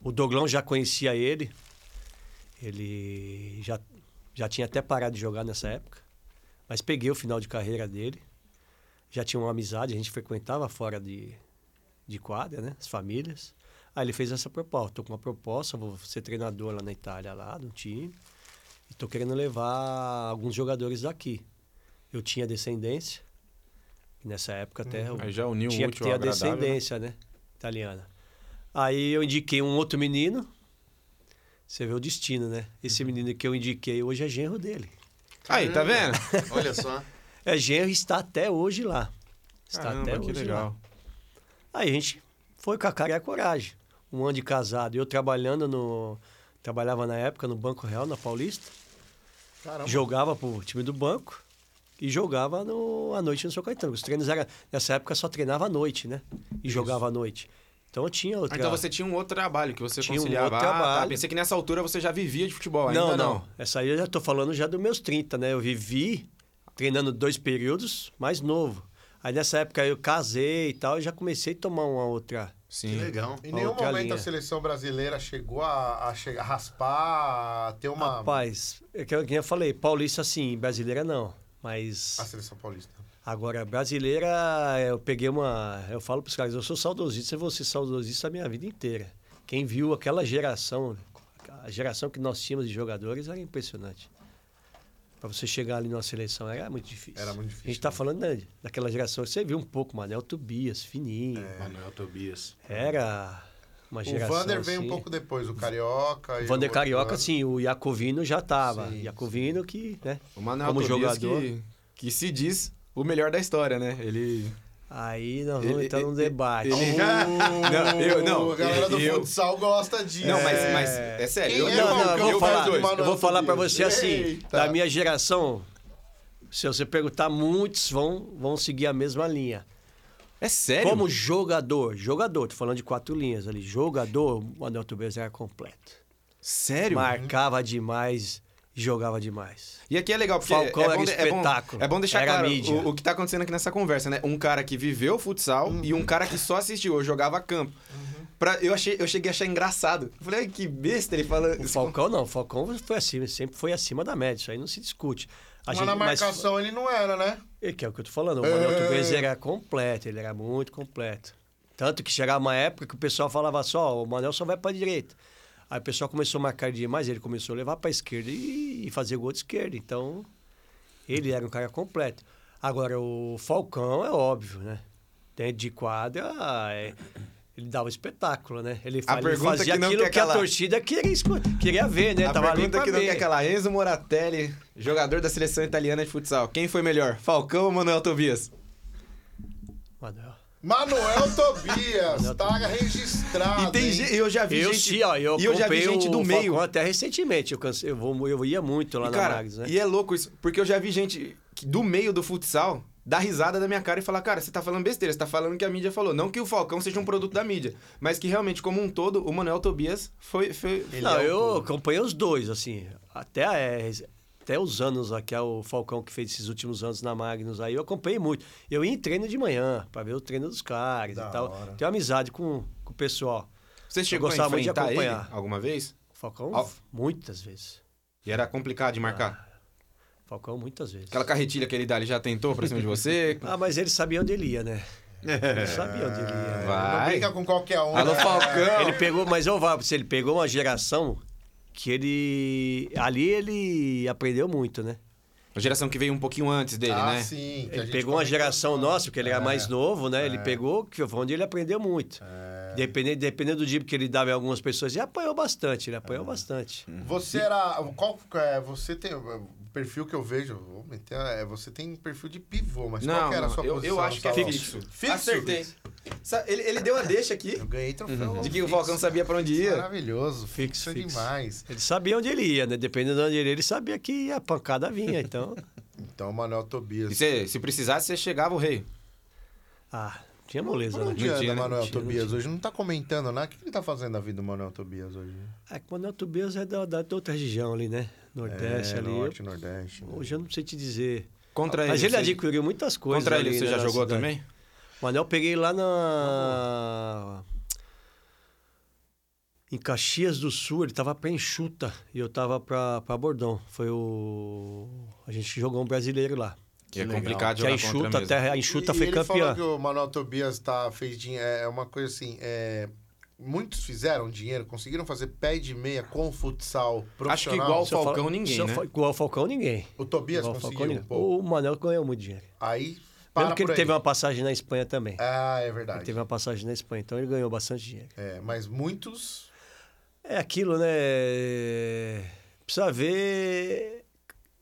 S4: O Doglão já conhecia ele. Ele já, já tinha até parado de jogar nessa época. Mas peguei o final de carreira dele. Já tinha uma amizade, a gente frequentava fora de, de quadra, né? As famílias. Aí ele fez essa proposta. Tô com uma proposta, vou ser treinador lá na Itália, lá, de um time. E tô querendo levar alguns jogadores daqui. Eu tinha descendência. Nessa época até... eu
S2: Uhum. Aí já uniu o
S4: Então, tinha que
S2: útil
S4: ter
S2: ao
S4: a
S2: agradável, né?
S4: descendência, né? Italiana. Aí eu indiquei um outro menino. Você vê o destino, né? Esse
S2: Uhum.
S4: menino que eu indiquei hoje é genro dele.
S2: Aí, tá vendo?
S3: Olha só.
S4: É genro e está até hoje lá. Está
S2: Caramba,
S4: até é hoje
S2: Ah, então
S4: né?
S2: que
S4: lá.
S2: legal.
S4: Aí a gente foi com a cara e a coragem. Um ano de casado. Eu trabalhando no... Trabalhava na época no Banco Real, na Paulista.
S1: Caramba.
S4: Jogava pro time do banco e jogava no, à noite no São Caetano. Os treinos era Nessa época só treinava à noite, né? E jogava à noite. Então eu tinha outra...
S2: Ah, Então você tinha um outro trabalho que você
S4: Tinha um
S2: conciliava.
S4: outro
S2: Ah, tá.
S4: trabalho.
S2: Pensei que nessa altura você já vivia de futebol. Ainda
S4: Não, não, Essa aí eu já tô falando já dos meus 30, né? Eu vivi treinando dois períodos, mais novo. Aí nessa época eu casei e tal, e já comecei a tomar uma outra.
S2: Sim.
S3: legal.
S1: Em nenhum
S4: Outra
S1: momento
S4: linha.
S1: a seleção brasileira chegou a, a, che- a raspar, a ter uma.
S4: Rapaz, é que eu, que eu falei, paulista sim, brasileira não.
S1: A
S4: Mas
S1: seleção paulista.
S4: agora, brasileira, eu peguei uma. Eu falo pros caras, eu sou saudosista, eu vou ser saudosista a minha vida inteira. Quem viu aquela geração, a geração que nós tínhamos de jogadores era impressionante. Pra você chegar ali numa seleção era muito difícil.
S1: Era muito
S4: A gente
S1: difícil.
S4: tá falando né, daquela geração que você viu um pouco, Manel Tobias, fininho.
S2: É,
S3: Manuel Tobias.
S4: Era uma
S1: É. O
S4: geração.
S1: Vander veio
S4: assim.
S1: um pouco depois, o Carioca. e
S4: O Vander
S1: outro
S4: Carioca,
S1: lá.
S4: sim, o Iacovino já tava.
S1: Sim,
S4: Iacovino que, né?
S2: O Manuel
S4: como
S2: Tobias
S4: jogador.
S2: Que, que se diz o melhor da história, né? Ele.
S4: Aí nós vamos
S2: Ele-
S4: entrar num
S2: ele-
S4: debate.
S2: ele- Não, eu- não,
S1: a galera do
S2: eu-
S1: futsal gosta disso.
S2: Não, mas, mas é sério.
S1: Quem
S2: eu,
S1: é
S4: Não,
S1: o
S4: não, eu
S1: Falcão
S4: vou
S1: faz
S4: falar,
S1: do
S4: eu
S1: Manuel
S4: vou falar pra
S1: Tobias?
S4: você assim,
S1: Eita.
S4: da minha geração, se você perguntar, muitos vão, vão seguir a mesma linha.
S2: É sério?
S4: Como jogador, jogador, tô falando de quatro linhas ali, jogador, o Manuel Tobias era completo.
S2: Sério?
S4: Marcava demais, jogava demais.
S2: E aqui é legal, porque
S4: Falcão
S2: é bom,
S4: era
S2: de- é bom-
S4: espetáculo.
S2: É bom deixar
S4: Era
S2: claro
S4: mídia.
S2: o, o que tá acontecendo aqui nessa conversa, né? Um cara que viveu o futsal e
S4: Uhum.
S2: um cara que só assistiu, eu jogava campo. Pra, eu, achei, eu cheguei a achar engraçado. Eu falei, "Ai, que besta ele fala.
S4: O Falcão não, o Falcão foi acima, sempre foi acima da média, isso aí não se discute. A
S1: Mas na marcação ele não era, né?
S4: É que é o que eu tô falando. O Manuel Tuguez era completo, ele era muito completo. Tanto que chegava uma época que o pessoal falava só, o Manuel só vai pra direita. Aí o pessoal começou a marcar demais, ele começou a levar pra esquerda e, e fazer gol de esquerda. Então, ele era um cara completo. Agora, o Falcão é óbvio, né? Dentro de quadra, é- ele dava espetáculo, né? Ele, fa- ele
S2: pergunta
S4: fazia
S2: que não
S4: aquilo
S2: quer
S4: que a
S2: calar.
S4: torcida queria, escu- queria ver, né?
S2: a
S4: Tava ali
S2: pergunta
S4: pra
S2: que não
S4: ver.
S2: quer calar. Enzo Moratelli, jogador da seleção italiana de futsal. Quem foi melhor, Falcão ou Manuel Tobias?
S4: Manuel.
S1: Manuel Tobias,
S4: Manuel
S1: tá registrado.
S2: E tem
S1: hein?
S2: gente, eu já vi
S4: Eu
S2: gente...
S4: sim, ó, eu,
S2: e eu já vi
S4: acompanhei
S2: gente
S4: o
S2: do meio.
S4: Falcão até recentemente. Eu, canse- eu vou- eu ia muito lá
S2: e,
S4: na
S2: cara,
S4: Magres, né?
S2: e é louco isso, porque eu já vi gente que do meio do futsal dar risada da minha cara e falar, cara, você tá falando besteira, você tá falando que a mídia falou. Não que o Falcão seja um produto da mídia, mas que realmente, como um todo, o Manuel Tobias foi... foi...
S4: Não,
S1: é
S4: eu acompanhei os dois, assim. Até, a- é, até os anos aqui, é o Falcão que fez esses últimos anos na Magnus aí, eu acompanhei muito. Eu ia em treino de manhã, pra ver o treino dos caras
S1: Da
S4: e tal.
S1: hora.
S4: Tenho amizade com, com o pessoal.
S2: Você chegou a
S4: gostava muito de
S2: enfrentar ele
S4: acompanhar.
S2: alguma vez?
S4: Falcão,
S2: Ó.
S4: muitas vezes.
S2: E era complicado de
S1: Ah,
S2: marcar.
S4: Falcão, muitas vezes.
S2: Aquela carretilha que ele dá, ele já tentou pra cima de você.
S4: Ah, mas ele sabia onde ele ia, né? Ele sabia onde ele ia. né?
S1: Não
S2: Vai.
S1: brinca com qualquer um.
S2: Alô,
S1: né?
S2: Falcão.
S4: Ele pegou, mas eu vá, se ele pegou uma geração que ele. Ali ele aprendeu muito, né?
S2: A geração que veio um pouquinho antes dele,
S1: ah,
S2: né?
S1: sim. que a
S4: Ele
S1: gente É.
S4: pegou uma
S1: comenta.
S4: geração nossa, porque ele era mais novo, né? Ele pegou, que foi onde ele aprendeu muito.
S1: É.
S4: Dependendo, dependendo do tipo que ele dava em algumas pessoas, ele apanhou bastante, ele
S1: É.
S4: apanhou bastante.
S1: Você era. Qual é, Você tem. O perfil que eu vejo. vou meter, é, você tem perfil de pivô, mas qual
S2: Não,
S1: que era a
S2: não,
S1: sua
S2: eu,
S1: posição?
S2: eu acho que é
S1: Salão?
S2: fixo.
S1: Fixo?
S2: Acertei. Sa- Ele, ele deu a deixa aqui
S1: Eu ganhei troféu.
S2: Uhum. de que o
S1: fixo.
S2: Falcão sabia pra onde ia.
S1: Maravilhoso. Fixo,
S4: Fixo,
S1: é
S4: fixo.
S1: demais.
S4: Ele sabia onde ele ia, né? Dependendo de onde ele ia, ele sabia que a pancada vinha, então.
S1: Então, Manuel Tobias.
S2: E você- se precisasse, você chegava o rei.
S4: Ah, tinha moleza,
S1: Por
S4: né?
S1: onde anda
S2: Mentira,
S1: o
S2: né?
S1: Manuel
S4: Mentira,
S1: Tobias hoje? Não tá comentando nada. O que que ele tá fazendo na vida do Manuel Tobias hoje?
S4: É que o Manuel Tobias é da, da, da outra região ali, né? Nordeste
S1: é,
S4: ali.
S1: Norte, Nordeste. né?
S4: Eu- hoje eu não sei te dizer.
S2: Contra
S4: Mas ele
S2: você-
S4: adquiriu muitas coisas.
S2: Contra ele,
S4: ali,
S2: você
S4: né,
S2: já
S4: na
S2: jogou
S4: cidade.
S2: também?
S4: Manuel, eu peguei lá na. Em Caxias do Sul, ele tava pra Enxuta e eu tava pra, pra Bordão. Foi o. A gente jogou um brasileiro lá.
S2: Que é
S1: legal.
S2: complicado
S4: Que a
S2: jogar contra
S4: Enxuta,
S2: mesmo.
S4: até, a Enxuta
S1: E
S4: foi
S1: ele
S4: campeã.
S1: falou que o Manuel Tobias tá, fez dinheiro. É uma coisa assim. é, muitos fizeram dinheiro, conseguiram fazer pé de meia com futsal profissional.
S2: Acho que igual o
S4: Se eu
S2: Falcão,
S4: falo-
S2: ninguém,
S4: se eu
S2: né?
S4: fa- Igual o Falcão, ninguém.
S1: O Tobias
S4: Igual o
S1: conseguiu
S4: Falcão,
S1: um
S4: ninguém.
S1: pouco.
S4: O Manuel ganhou muito dinheiro.
S1: Aí, para
S4: Mesmo que ele
S1: por
S4: teve
S1: aí.
S4: uma passagem na Espanha também.
S1: Ah, é
S4: Ele
S1: verdade.
S4: teve uma passagem na Espanha, então ele ganhou bastante dinheiro.
S1: É, mas muitos...
S4: É aquilo, né? Precisa ver.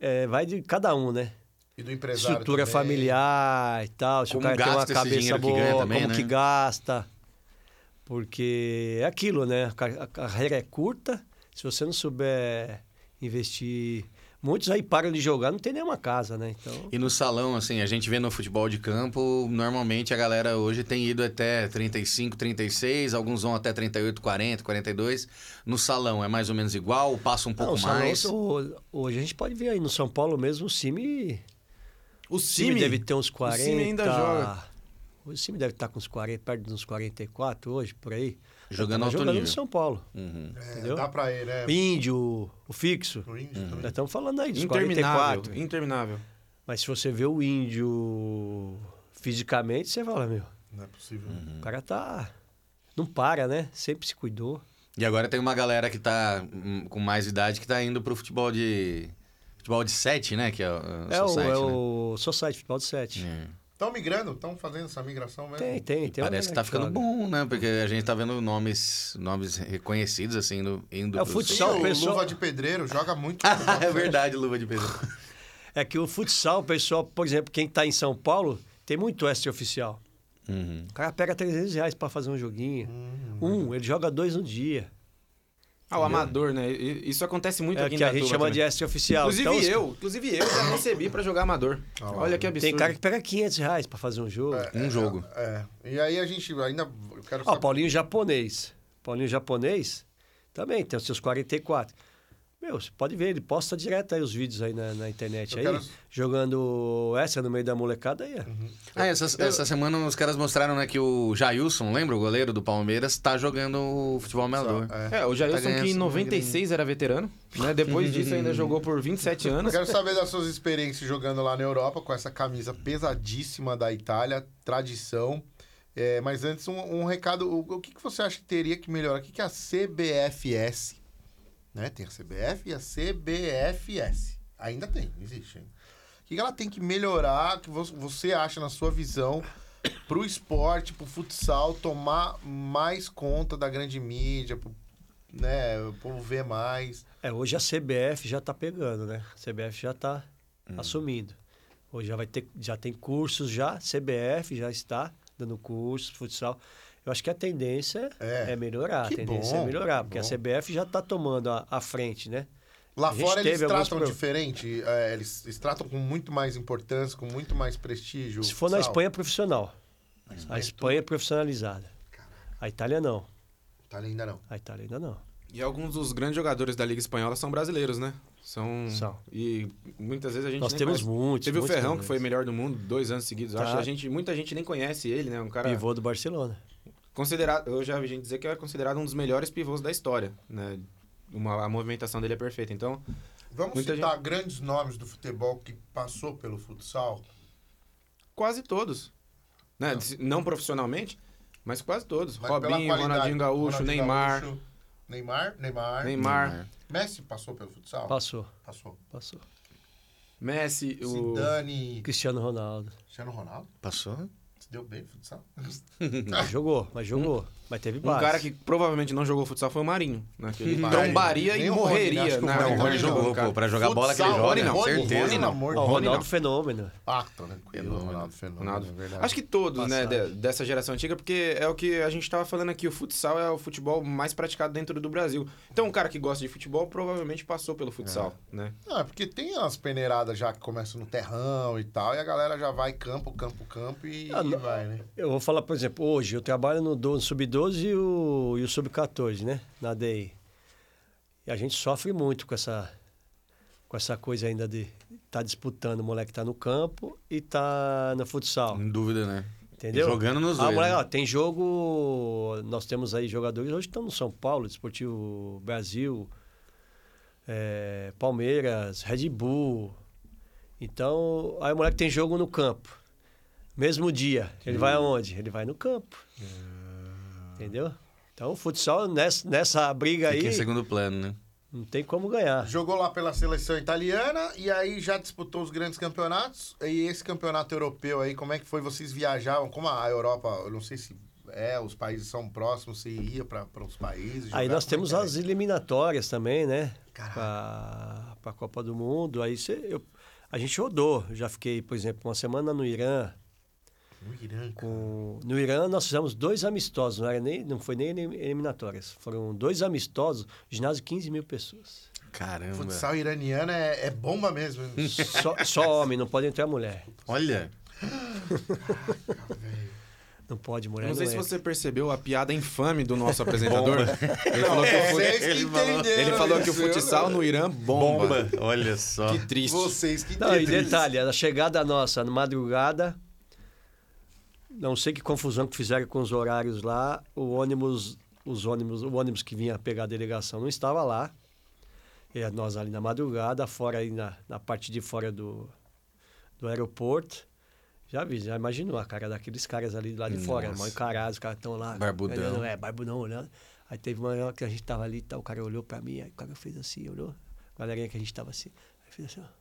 S4: é, vai de cada um, né?
S1: E do empresário
S4: Estrutura
S1: também.
S4: familiar e tal. Se
S3: Como
S4: o cara tem uma
S3: gasta esse
S4: cabeça
S3: dinheiro que
S4: boa,
S3: ganha também,
S4: como
S3: né?
S4: que gasta. Porque é aquilo, né? A car- A carreira é curta. Se você não souber investir. Muitos aí param de jogar, não tem nenhuma casa, né? Então.
S3: E no salão, assim, a gente vê no futebol de campo, normalmente a galera hoje tem ido até 35, 36, alguns vão até 38, 40, 42. No salão é mais ou menos igual, passa um pouco
S4: Não, o Salão,
S3: mais.
S4: o- hoje a gente pode ver aí no São Paulo mesmo o Cime
S2: O
S4: O time
S2: Simi
S4: deve ter uns 40.
S2: O Cime ainda joga.
S4: O time deve estar com uns 40, perto de uns 44 hoje, por aí.
S3: Jogando
S4: Tá
S3: alto
S4: jogando
S3: nível.
S4: no São Paulo.
S3: Uhum.
S1: É,
S4: Entendeu? Uhum.
S1: Dá pra ele, né?
S4: Índio, o fixo.
S1: O índio também.
S4: Nós estamos falando aí dos
S2: Interminável.
S4: 44.
S2: Interminável.
S4: Mas se você vê o índio fisicamente, você fala, meu,
S1: Não é possível.
S3: Hum.
S4: o cara tá. Não para, né? Sempre se cuidou.
S3: E agora tem uma galera que tá hum, com mais idade que tá indo pro futebol de. Futebol de 7, né? Que é o, o
S4: é
S3: society,
S4: o, é
S3: né?
S4: o Society Futebol de 7.
S3: É.
S1: Estão migrando? Estão fazendo essa migração mesmo?
S4: Tem, tem, tem. uma
S3: Parece que tá
S4: galera
S3: ficando
S4: joga.
S3: bom, né? Porque a gente tá vendo nomes, nomes reconhecidos, assim, indo, indo
S4: É o
S3: pro-
S1: Sim,
S4: futsal,
S1: o
S4: pessoal- Ah,
S1: Luva de Pedreiro joga muito.
S3: é verdade, luva de pedreiro.
S4: É que o futsal, o pessoal, por exemplo, quem tá em São Paulo, tem muito extra-oficial.
S3: Uhum.
S4: O cara pega 300 reais pra fazer um joguinho.
S1: Hum,
S4: Um, ele joga dois no dia.
S2: Ah, o amador, né? E- Isso acontece muito
S4: É
S2: aqui
S4: que
S2: em
S4: a gente
S2: Datuba
S4: chama
S2: também.
S4: de extra oficial.
S2: Inclusive
S4: Então, os-
S2: eu, inclusive eu já recebi pra jogar amador.
S1: Ah lá.
S2: Olha que absurdo.
S4: Tem cara que pega 500 reais pra fazer um jogo.
S3: Um jogo.
S1: É. E aí a gente ainda... Eu quero
S4: Ó,
S1: saber...
S4: Paulinho japonês. Paulinho japonês também tem os seus 44. Meu, você pode ver, ele posta direto aí os vídeos aí na, na internet
S1: Eu
S4: aí,
S1: quero-
S4: jogando essa no meio da molecada aí. ó.
S3: Ah, essa, essa semana os caras mostraram né, que o Jailson, lembra? O goleiro do Palmeiras, tá jogando o futebol amador.
S1: É.
S2: É, o
S3: Tá
S2: Jailson
S3: ganhando
S2: que em
S3: essa
S2: 96 era veterano, né? Depois disso ainda jogou por 27
S1: Eu
S2: anos.
S1: quero saber das suas experiências jogando lá na Europa com essa camisa pesadíssima da Itália, tradição. É, mas antes, um, um recado: o, o que, que você acha que teria que melhorar? O que, que é a CBFS? Né? Tem a CBF e a CBFS. Ainda tem, existe. ainda. O que, que ela tem que melhorar, que vo- você acha, na sua visão, pro esporte, pro futsal, tomar mais conta da grande mídia, pro, né, o povo ver mais.
S4: É, hoje a CBF já tá pegando, né? A CBF já tá
S1: Hum.
S4: assumindo. Hoje já vai ter, já tem cursos já, CBF já está dando cursos, futsal. Eu acho que a tendência
S1: É.
S4: é, melhorar,
S1: Que
S4: a tendência
S1: bom,
S4: é melhorar,
S1: que
S4: porque
S1: bom.
S4: a CBF já está tomando a, a frente, né?
S1: Lá
S4: A gente
S1: fora eles
S4: teve alguns
S1: tratam
S4: pro-
S1: diferente, é, eles, eles tratam com muito mais importância, com muito mais prestígio.
S4: Se for na
S1: Sal,
S4: Espanha é profissional. A Espanha é profissionalizada. A Itália não.
S1: Tá ainda não.
S4: A Itália ainda não.
S2: E alguns dos grandes jogadores da Liga Espanhola são brasileiros, né? São.
S4: São.
S2: E muitas vezes a gente.
S4: Nós
S2: nem
S4: temos
S2: conhece.
S4: muitos,
S2: Teve
S4: muitos
S2: o Ferrão,
S4: brasileiros.
S2: que foi melhor do mundo dois anos seguidos. eu
S4: Tá.
S2: Acho que a gente, muita gente nem conhece ele, né? Um cara.
S4: Pivô do Barcelona.
S2: Considerado, eu já vi gente dizer que era considerado um dos melhores pivôs da história, né? Uma, a movimentação dele é perfeita. Então,
S1: Vamos
S2: Muita
S1: citar grandes nomes do futebol que passou pelo futsal.
S2: quase todos. Né? Se- Não. profissionalmente, mas quase todos.
S1: mas pela
S2: Robinho,
S1: qualidade.
S2: Ronaldinho Gaúcho,
S1: Ronaldinho
S2: Neymar,
S1: Gaúcho, né? Neymar, Neymar.
S2: Neymar,
S1: Messi passou pelo futsal?
S4: Passou,
S1: Passou.
S4: passou.
S2: Messi, o.
S1: Zidane,
S4: Cristiano Ronaldo.
S1: Cristiano Ronaldo,
S3: Passou?
S1: se deu bem no futsal.
S4: Mas jogou, mas jogou. Mas teve
S2: Um
S4: base.
S2: cara que provavelmente não jogou futsal foi o Marinho, né? Que ele
S1: Marinho.
S2: trombaria
S1: Nem
S2: e
S1: o Rony, né?
S2: morreria
S1: Acho que o
S2: na
S1: Rony
S3: Não, o Rony
S1: Rony
S3: jogou,
S2: cara.
S3: pô. Pra jogar bola que ele
S1: Futsal,
S3: joga,
S2: Rony não,
S3: certeza.
S1: né? Rony,
S2: não.
S1: amor de
S4: Ó, o
S1: Deus.
S2: Rony,
S4: Ronaldo
S2: não.
S4: Fenômeno.
S1: Ah, tranquilo. Ronaldo Fenômeno.
S2: Ronaldo.
S1: é verdade.
S2: Acho que todos, né,
S4: Passado.
S2: de- dessa geração antiga, porque é o que a gente tava falando aqui, o futsal é o futebol mais praticado dentro do Brasil. Então, um cara que gosta de futebol provavelmente passou pelo futsal, né?
S1: Não, é porque tem as peneiradas já que começam no terrão e tal, e a galera já vai campo, campo, campo e,
S4: Ah,
S1: e
S4: não.
S1: vai, né?
S4: Eu vou falar, por exemplo, hoje eu trabalho no, do- no Sub-12 e o, e o Sub-14, né? Na DEI. E a gente sofre muito com essa, com essa coisa ainda de estar disputando. O moleque tá no campo e tá no futsal.
S3: Sem dúvida, né?
S4: Entendeu?
S3: Jogando nos
S4: ah,
S3: dois.
S4: moleque,
S3: né?
S4: ó, tem jogo. Nós temos aí jogadores hoje que estão no São Paulo, Desportivo Brasil, eh, Palmeiras, Red Bull. Então, aí o moleque tem jogo no campo. Mesmo dia. Ele vai
S3: Hum.
S4: aonde? Ele vai no campo. Entendeu? Então, o futsal, nessa, nessa briga aí,
S3: Ah. Fica em segundo plano, né?
S4: não tem como ganhar.
S1: Jogou lá pela seleção italiana e aí já disputou os grandes campeonatos. E esse campeonato europeu aí, como é que foi? Vocês viajavam? Como a Europa, eu não sei se é, os países são próximos, você ia para os países.
S4: Aí
S1: jogava?
S4: nós
S1: Como é
S4: temos
S1: que era
S4: as eliminatórias também, né?
S1: Caraca.
S4: Para a Copa do Mundo. Aí cê- eu- a gente rodou. Eu Já fiquei, por exemplo, uma semana no Irã.
S1: isso? No Irã, cara.
S4: Com- No Irã nós fizemos dois amistosos. Não, era nem, não foi nem elim- eliminatórias. Foram dois amistosos. Ginásio 15 mil pessoas.
S3: Caramba.
S1: Futsal iraniano é, é bomba mesmo. hein?
S4: Só, só homem, não pode entrar mulher.
S3: Olha.
S4: Não pode mulher.
S2: Não sei se
S4: entra.
S2: você percebeu a piada infame do nosso apresentador. Ele falou que o fut-
S1: é, Vocês que
S3: ele falou-
S1: entenderam né?
S2: ele falou que o
S1: isso, eu
S2: futsal no Irã bomba.
S3: Bomba. Olha só.
S2: Que triste.
S1: Vocês que
S4: Não, e
S1: entenderam isso.
S4: detalhe, a chegada nossa na madrugada, não sei que confusão que fizeram com os horários lá, o ônibus, os ônibus, o ônibus que vinha pegar a delegação não estava lá. E nós ali na madrugada, fora aí na, na parte de fora do, do aeroporto. Já vi, já imaginou a cara daqueles caras ali lá de fora,
S3: Nossa.
S4: mal encarados, os caras estão lá.
S3: Barbudão.
S4: Olhando, é, barbudão olhando. Aí teve uma hora que a gente tava ali, tá, o cara olhou pra mim, aí o cara fez assim, olhou. A galerinha que a gente tava assim. Aí fez assim, ó.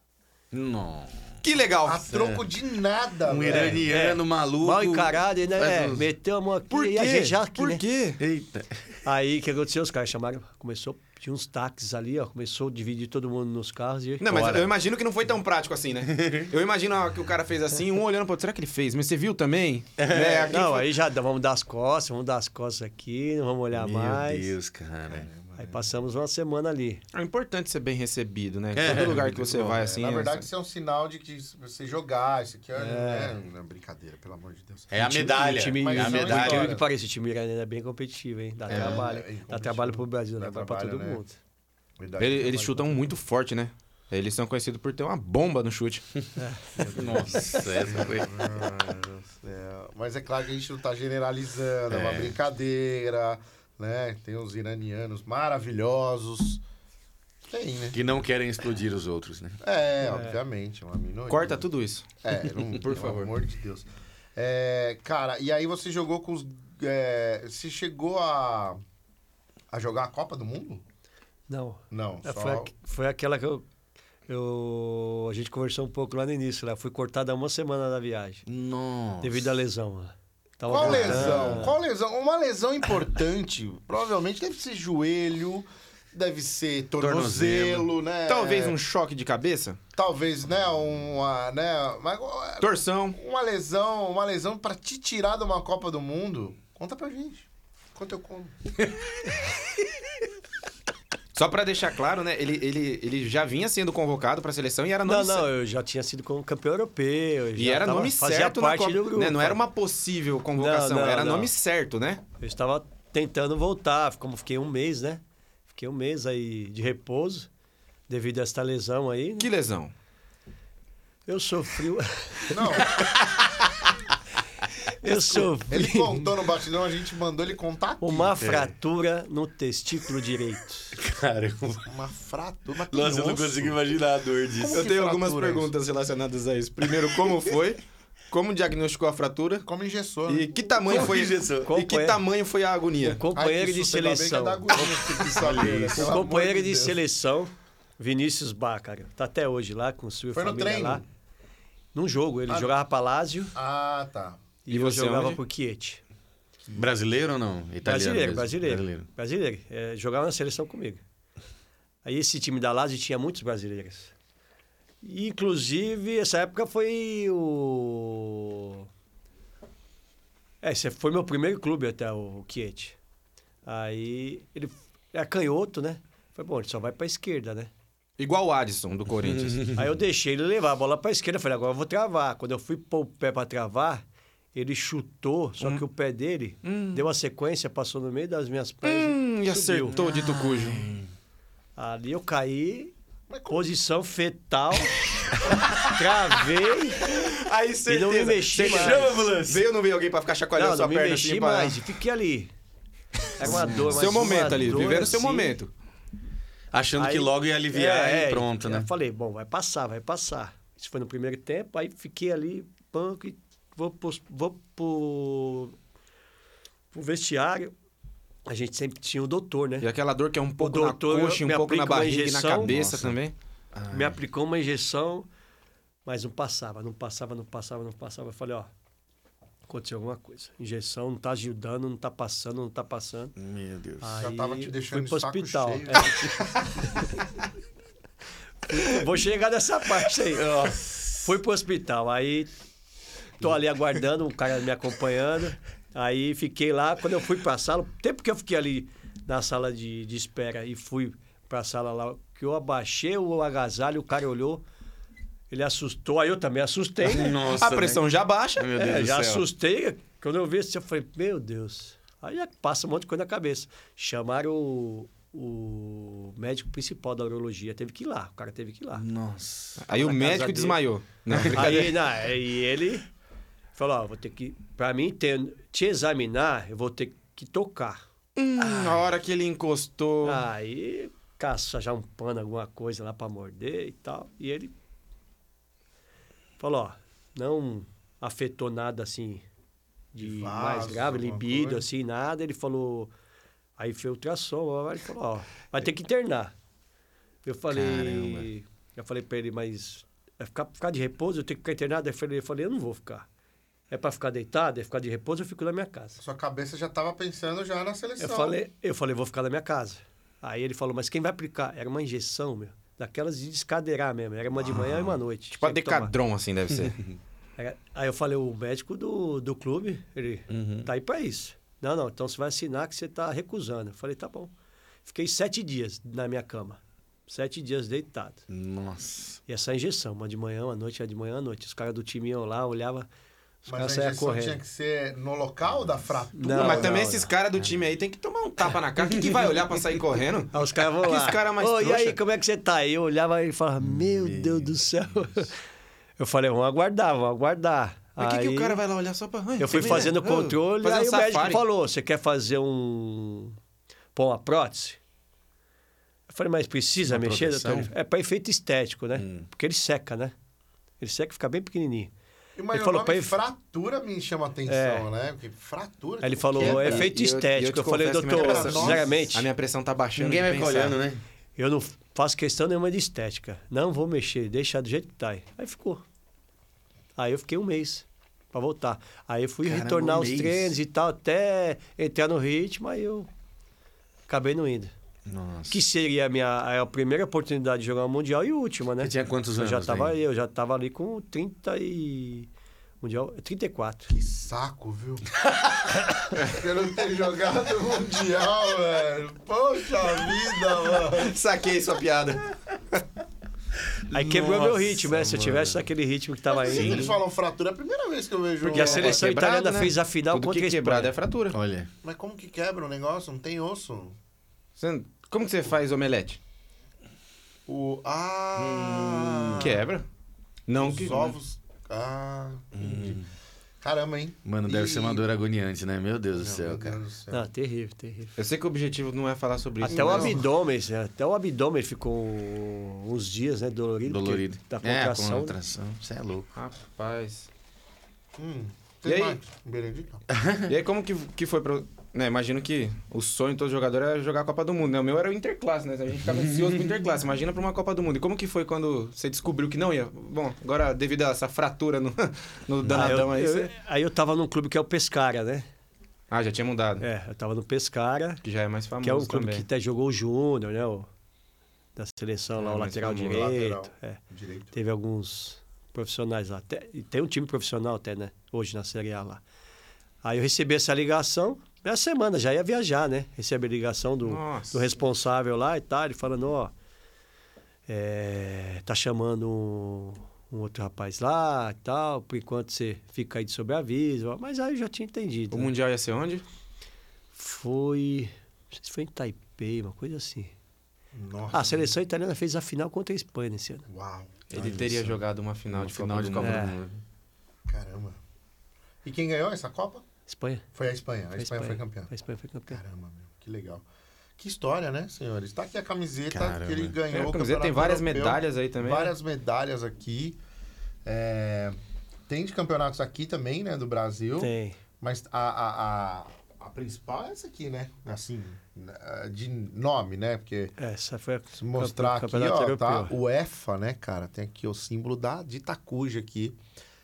S3: Não.
S2: Que legal.
S1: A troco de nada,
S3: Um
S1: velho.
S3: iraniano maluco.
S4: Mal encarado, né?
S3: faz
S4: É,
S3: uns-
S4: meteu a mão aqui
S2: Por
S4: e a
S2: quê?
S4: gente já aqui,
S2: Por
S4: né?
S2: quê?
S3: Eita.
S4: Aí, o que aconteceu? Os caras chamaram, começou, tinha uns táxis ali, ó, começou a dividir todo mundo nos carros e...
S2: Não, mas
S3: Bora.
S2: eu imagino que não foi tão prático assim, né? Eu imagino a- que o cara fez assim, um olhando pro outro, será que ele fez? Mas você viu também?
S1: É.
S2: Né? Aqui
S4: É, Não,
S2: foi-
S4: aí já dá- vamos dar as costas, vamos dar as costas aqui, não vamos olhar mais.
S3: Meu Deus, cara.
S4: Aí passamos uma semana ali.
S2: É importante ser bem recebido, né?
S3: É,
S2: Todo lugar que você vai, assim...
S1: Na
S2: é-
S1: verdade, isso é um sinal de que você jogar. Isso aqui é, né, não é brincadeira, pelo amor de Deus.
S3: É a
S4: Time-
S3: medalha.
S4: time- né?
S1: Mas
S3: é a
S1: isso é uma
S3: medalha.
S1: história.
S4: Incrível que pareça, o time iraniano é bem competitivo, hein? Dá trabalho.
S1: é
S4: dá
S1: competitivo.
S4: trabalho pro Brasil,
S1: Dá
S4: dá trabalho pra
S1: trabalho,
S4: todo
S1: né?
S4: mundo.
S1: Verdade, né,
S2: Ele-
S1: trabalho.
S2: eles chutam muito forte, né? Eles são conhecidos por ter uma bomba no chute.
S3: Nossa, essa foi.
S1: Meu Deus do céu. Mas é claro que a gente não tá generalizando, é, uma brincadeira, né? Tem os iranianos maravilhosos. Tem, né?
S3: Que não querem explodir os outros, né?
S1: É, obviamente, uma minoria.
S2: Corta tudo isso.
S1: É, não, por favor. Pelo amor de Deus. É, cara, e aí você jogou com os. É, você chegou a. a jogar a Copa do Mundo?
S4: Não,
S1: Não,
S4: É,
S1: só.
S4: Foi, aqu- foi aquela que eu, eu- A gente conversou um pouco lá no início, lá. Fui cortada uma semana da viagem,
S3: Nossa.
S4: devido à lesão. lá. Tava
S1: Qual
S4: voltando.
S1: lesão? Qual lesão? Uma lesão importante, provavelmente deve ser joelho, deve ser tornozelo, né?
S2: Talvez um choque de cabeça,
S1: Talvez, né, uma, né, mas ó,
S2: torção.
S1: uma lesão, uma lesão pra te tirar de uma Copa do Mundo. Conta pra gente. Quanto eu como?
S2: Só pra deixar claro, né? Ele, ele, ele já vinha sendo convocado pra seleção e era
S4: Não,
S2: nome
S4: não,
S2: certo.
S4: eu já tinha sido como campeão europeu. eu
S2: E
S4: já
S2: era
S4: tava-
S2: nome
S4: fazia
S2: certo na
S4: parte
S2: Copa,
S4: do grupo.
S2: né? Não era uma possível convocação,
S4: Não, não,
S2: era
S4: não.
S2: nome certo, né?
S4: Eu estava tentando voltar, como fiquei um mês, né? Fiquei um mês aí de repouso, devido a esta lesão aí. né?
S2: Que lesão.
S4: Eu sofri.
S1: Não,
S4: eu sofri.
S1: ele contou no batidão, a gente mandou ele contar aqui.
S4: Uma fratura no testículo direito. Um
S3: Caramba.
S1: Uma fratura. mas que
S3: Nossa, eu não
S1: osso.
S3: consigo imaginar a dor disso.
S1: Como
S2: Eu
S1: que
S2: tenho algumas
S1: fratura é isso?
S2: perguntas relacionadas a isso. Primeiro, como foi? Como diagnosticou a fratura?
S1: Como engessou. né?
S2: E que tamanho
S3: Como
S2: foi
S3: injeção?
S2: E que
S4: Como é?
S2: tamanho foi a agonia?
S1: Ai,
S4: Companheiro
S1: que
S4: de
S1: susto, ainda bem que é
S4: seleção.
S1: da agonia que tem que saber, né? Pelo
S4: O
S1: amor
S4: companheiro de
S1: Deus.
S4: seleção, Vinícius Bácaro, tá até hoje lá com sua
S1: Foi no
S4: família
S1: treino?
S4: lá. Num jogo, ele jogava Palácio
S1: Ah, tá.
S4: e,
S2: E
S4: eu
S2: você
S4: jogava
S2: onde?
S4: por Chieti.
S3: Brasileiro ou não? Italiano
S4: Brasileiro,
S3: mesmo.
S4: brasileiro, brasileiro. É, jogava na seleção comigo. Aí esse time da Lazio tinha muitos brasileiros. E, Inclusive, essa época foi o... É, esse foi meu primeiro clube até, o Chieti. Aí ele era canhoto, né? Foi bom, ele só vai pra esquerda, né?
S2: Igual o Adson, do Corinthians.
S4: Aí eu deixei ele levar a bola pra esquerda, falei, agora eu vou travar. Quando eu fui pôr o pé pra travar, ele chutou, só
S2: Hum.
S4: que o pé dele deu uma sequência, passou no meio das minhas pernas.
S2: hum, e
S4: subiu.
S2: acertou o dito cujo.
S4: Ali eu caí, posição fetal, travei.
S2: Aí
S4: certeza. não me mexi
S2: Você
S4: mais.
S2: chama a ambulância. Veio ou não veio alguém pra ficar chacoalhando
S4: Não,
S2: sua
S4: não me
S2: perna
S4: mexi
S2: assim pra-
S4: mais, e fiquei ali. Era uma dor, mas
S2: Seu
S4: uma
S2: momento ali,
S4: dor
S2: vivendo seu
S4: assim.
S2: momento.
S3: Achando
S4: Aí-
S3: que logo ia aliviar
S4: É,
S3: e pronto,
S4: eu
S3: né?
S4: falei, bom, vai passar, vai passar. Isso foi no primeiro tempo, aí fiquei ali, banco, e vou pro, vou pro, pro vestiário. A gente sempre tinha o doutor, né?
S2: E aquela dor que é um pouco na
S4: doutor
S2: coxa, um
S4: me
S2: pouco na
S4: aplica uma
S2: barriga e na
S4: injeção.
S2: cabeça
S4: Nossa.
S2: também.
S4: Me aplicou uma injeção, mas não passava, não passava, não passava, não passava. Eu falei, ó, aconteceu alguma coisa. Injeção não tá ajudando, não tá passando, não tá passando.
S3: Meu Deus.
S2: Ah,
S1: Já tava te deixando
S4: fui pro
S1: de saco
S4: hospital.
S1: cheio.
S4: É. Vou chegar nessa parte aí. Fui pro hospital, aí tô ali aguardando, um cara me acompanhando. Aí fiquei lá, quando eu fui pra sala, o tempo que eu fiquei ali na sala de, de espera e fui pra sala lá, que eu abaixei o agasalho, o cara olhou, ele assustou, aí eu também assustei. né?
S3: Nossa, né?
S2: a pressão já baixa.
S3: Meu Deus
S4: É,
S3: do
S4: já
S3: céu.
S4: assustei. Quando eu vi isso, eu falei, meu Deus. Aí já passa um monte de coisa na cabeça. Chamaram o, o médico principal da urologia. Teve que ir lá. O cara teve que ir lá.
S3: Nossa.
S2: Aí o
S4: Na casa
S2: médico
S4: dele.
S2: desmaiou. Não,
S4: Aí,
S2: brincadeira.
S4: não, e ele falou, ó, vou ter que... Pra mim ter- te examinar, eu vou ter que tocar.
S2: Hum, a hora que ele encostou.
S4: Ah, Aí caça já um pano, alguma coisa lá pra morder e tal. E ele falou, ó, não afetou nada assim de
S1: De
S4: mais
S1: vaso,
S4: grave,
S1: alguma
S4: libido,
S1: coisa?
S4: assim, nada. Ele falou, aí foi ultrassom, blá, blá, blá. ele falou, ó, vai ter que internar. Eu falei, eu falei pra ele, mas é ficar, ficar de repouso, eu tenho que ficar internado? Eu falei, eu falei, eu não vou ficar. É pra ficar deitado, é ficar de repouso, eu fico na minha casa.
S1: Sua cabeça já tava pensando já na seleção.
S4: Eu
S2: um.
S4: falei, eu falei, vou ficar na minha casa. Aí ele falou, mas quem vai aplicar? Era uma injeção, meu. Daquelas de descadeirar mesmo. Era uma de manhã e uma à noite.
S2: Tipo a
S4: Tinha que tomar.
S2: Decatron, assim, deve ser.
S4: Era- Aí eu falei, o médico do, do clube, ele
S2: Uhum.
S4: tá aí pra isso. Não, não, então você vai assinar que você tá recusando. Eu falei, tá bom. Fiquei sete dias na minha cama. Sete dias deitado.
S3: Nossa.
S4: E essa injeção, uma de manhã, uma à noite, uma de manhã, uma à noite. Os caras do time iam lá, olhava, os caras
S1: Mas a
S4: saiam
S1: injeção tinha
S4: correndo.
S1: que ser no local da fratura.
S4: Não,
S2: mas também
S4: não,
S2: esses caras do time aí tem que tomar um tapa na cara. Quem que vai olhar pra sair correndo?
S4: Aí os caras vão
S2: Que
S4: lá.
S2: os cara mais
S4: "Ô, e
S2: trouxa."
S4: aí, como é que você tá? Aí eu olhava e falava, meu Deus do céu. Eu falei, vamos aguardar, vamos aguardar.
S2: Mas que, que o
S4: Aí
S2: cara vai lá olhar só pra. Ai,
S4: Eu fui
S2: você
S4: fazendo o
S2: vem, né?
S4: controle,
S2: Fazendo
S4: aí o
S2: safari.
S4: médico falou, você quer fazer um... pôr uma prótese? Eu falei, mas precisa
S3: Uma
S4: mexer,
S3: proteção? Hum.
S4: doutor? É para efeito estético, né? Porque ele seca, né? Ele seca e fica bem pequenininho.
S1: E, Mas
S4: Ele
S1: o
S4: falou
S1: nome
S4: pra ele-
S1: fratura me chama a atenção,
S4: É.
S1: né? Porque fratura...
S4: Aí ele falou,
S1: que
S4: é
S1: cara?
S4: efeito
S2: E eu- e eu te
S4: estético. Eu, falei,
S2: confesso que minha
S4: doutor,
S1: pressão-
S4: sinceramente...
S2: A minha pressão tá baixando.
S3: Ninguém
S2: de
S3: vai ficar
S2: pensar.
S3: olhando, né?
S4: Eu não faço questão nenhuma de estética. Não vou mexer, deixar do jeito que tá. aí. Aí ficou. Aí eu fiquei um mês pra voltar. Aí eu fui
S3: Caramba,
S4: retornar
S3: um
S4: aos
S3: mês.
S4: treinos e tal, até entrar no ritmo, aí eu acabei não indo.
S3: Nossa.
S4: Que seria a minha a primeira oportunidade de jogar o Mundial e a última, né?
S3: Você tinha quantos
S4: eu
S3: anos?
S4: Já tava,
S3: aí?
S4: eu já tava ali com 30 e... Mundial, 34.
S1: Que saco, viu? Eu não ter jogado o Mundial, velho. Poxa vida, mano.
S2: Saquei sua piada.
S4: Aí quebrou meu
S3: Nossa,
S4: ritmo, né? Se eu tivesse naquele ritmo que tava
S1: Sempre
S4: indo...
S1: eles falam fratura, é a primeira vez que eu vejo...
S4: Porque a
S1: uma-
S4: seleção
S2: quebrado,
S4: italiana
S2: né?
S4: fez a final
S2: Tudo
S4: contra
S2: que
S4: a Espanha.
S2: quebrado é fratura.
S3: Olha.
S1: Mas como que quebra o negócio? Não tem osso?
S2: Você- Como que você faz omelete?
S1: O...
S4: Hum,
S1: Ah...
S2: Quebra. Não
S1: Os
S2: que...
S1: ovos... Ah...
S4: Hum.
S1: entendi. Caramba, hein?
S3: Mano, deve
S1: E-
S3: ser uma dor agoniante, né? Meu Deus do
S1: Não,
S3: céu,
S1: meu
S3: cara.
S1: Deus do céu.
S4: Não, terrível, terrível.
S2: Eu sei que o objetivo não é falar sobre isso.
S4: Até o
S2: mas-
S4: abdômen, né? até o abdômen ficou uns dias, né? Dolorido. porque
S3: Dolorido.
S4: Da
S3: é, a
S4: contração. né?
S3: contração. Você é louco.
S2: Rapaz.
S1: Hum.
S2: E
S1: Tem
S2: aí?
S1: mais? Benedito?
S2: E aí, como que, que foi pra... Né, imagino que o sonho de todo jogador era jogar a Copa do Mundo, né? O meu era o Interclasse, né? A gente ficava ansioso pro Interclasse. Imagina pra uma Copa do Mundo. E como que foi quando você descobriu que não ia? Bom, agora devido a essa fratura no, no
S4: Ah, eu-
S2: danadão aí,
S4: eu-
S2: você...
S4: aí eu tava num clube que é o é Pescara, né?
S2: Ah, já tinha mudado.
S4: É, eu tava no Pescara,
S2: Que já é mais famoso
S4: que é um clube
S2: também.
S4: que até jogou o Júnior, né? o- da seleção lá,
S2: É,
S4: o
S2: mas
S4: lateral
S2: famoso.
S4: direito.
S1: Lateral.
S4: é.
S1: Direito.
S4: Teve alguns profissionais lá. Até, e tem um time profissional até, né? Hoje na Série A lá. Aí eu recebi essa ligação, na semana, já ia viajar, né? Recebi a ligação do,
S2: Nossa.
S4: do responsável lá e tal, ele falando, ó, é, tá chamando um, um outro rapaz lá e tal, por enquanto você fica aí de sobreaviso. ó. Mas aí eu já tinha entendido.
S2: O
S4: né?
S2: Mundial ia ser onde?
S4: Foi, não sei se foi em Taipei, uma coisa assim.
S1: Nossa.
S4: Ah, a seleção italiana fez a final contra a Espanha nesse ano.
S1: Uau.
S2: Ele teria jogado uma final de Copa do Mundo.
S4: Mundo. É.
S1: Caramba. E quem ganhou essa Copa?
S4: Espanha?
S1: Foi a Espanha. A
S4: Foi
S1: Espanha, foi campeã.
S4: A Espanha foi campeã.
S1: Caramba, meu. Que legal. Que história, né, senhores? Tá aqui a camiseta
S3: Caramba.
S1: que ele
S2: É,
S1: ganhou.
S2: a
S1: o
S2: camiseta tem
S1: Campeonato
S2: várias
S1: Europeu.
S2: medalhas aí também. né?
S1: Várias medalhas aqui. É, Tem de campeonatos aqui também, né? Do Brasil.
S4: Tem.
S1: Mas a, a, a, a principal é essa aqui, né? Assim, eh, de nome, né? Porque
S4: Essa foi a
S1: se mostrar aqui, ó, tá?
S4: europeu.
S1: O EFA, né, cara? Tem aqui o símbolo da de Itacuja aqui.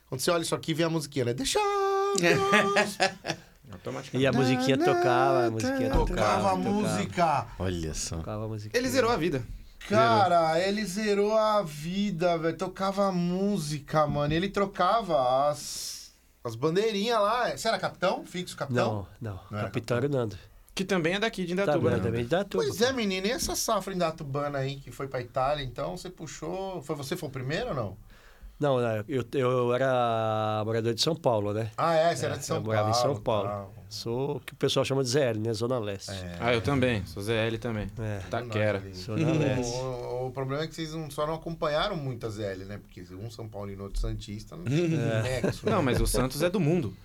S1: Quando você olha isso aqui, vem a musiquinha, né? Deixa!
S4: E a
S2: Automaticamente.
S4: musiquinha tocava, a musiquinha tocava.
S1: Tocava a
S4: tocava.
S1: música!
S3: Olha só.
S4: Tocava a musiquinha.
S2: Ele zerou a vida.
S1: Cara, ele zerou a vida, velho. Tocava música, mano. Ele trocava as, as bandeirinhas lá. Você era capitão? Fixo capitão?
S4: Não, não.
S1: Não era
S4: capitão era o Nando.
S2: Que também é daqui de
S4: Tá,
S2: Indatuba.
S4: Nando
S2: né?
S4: também da turma.
S1: Pois é, menino. E essa safra indatubana aí que foi pra Itália, então você puxou. Foi você que foi o primeiro ou não?
S4: Não, não, eu, eu era morador de São Paulo, né?
S1: Ah, é, você era de
S4: eu
S1: São Paulo.
S4: morava em São Paulo.
S1: tal.
S4: Sou o que o pessoal chama de ZL, né? Zona Leste.
S1: É.
S2: Ah, eu também. Sou ZL também.
S4: É.
S2: Taquera.
S4: Sou da Leste.
S1: O, o problema é que vocês não, só não acompanharam muito a ZL, né? Porque um São Paulino e outro Santista não tem nexo. né?
S2: Não, mas o Santos é do mundo.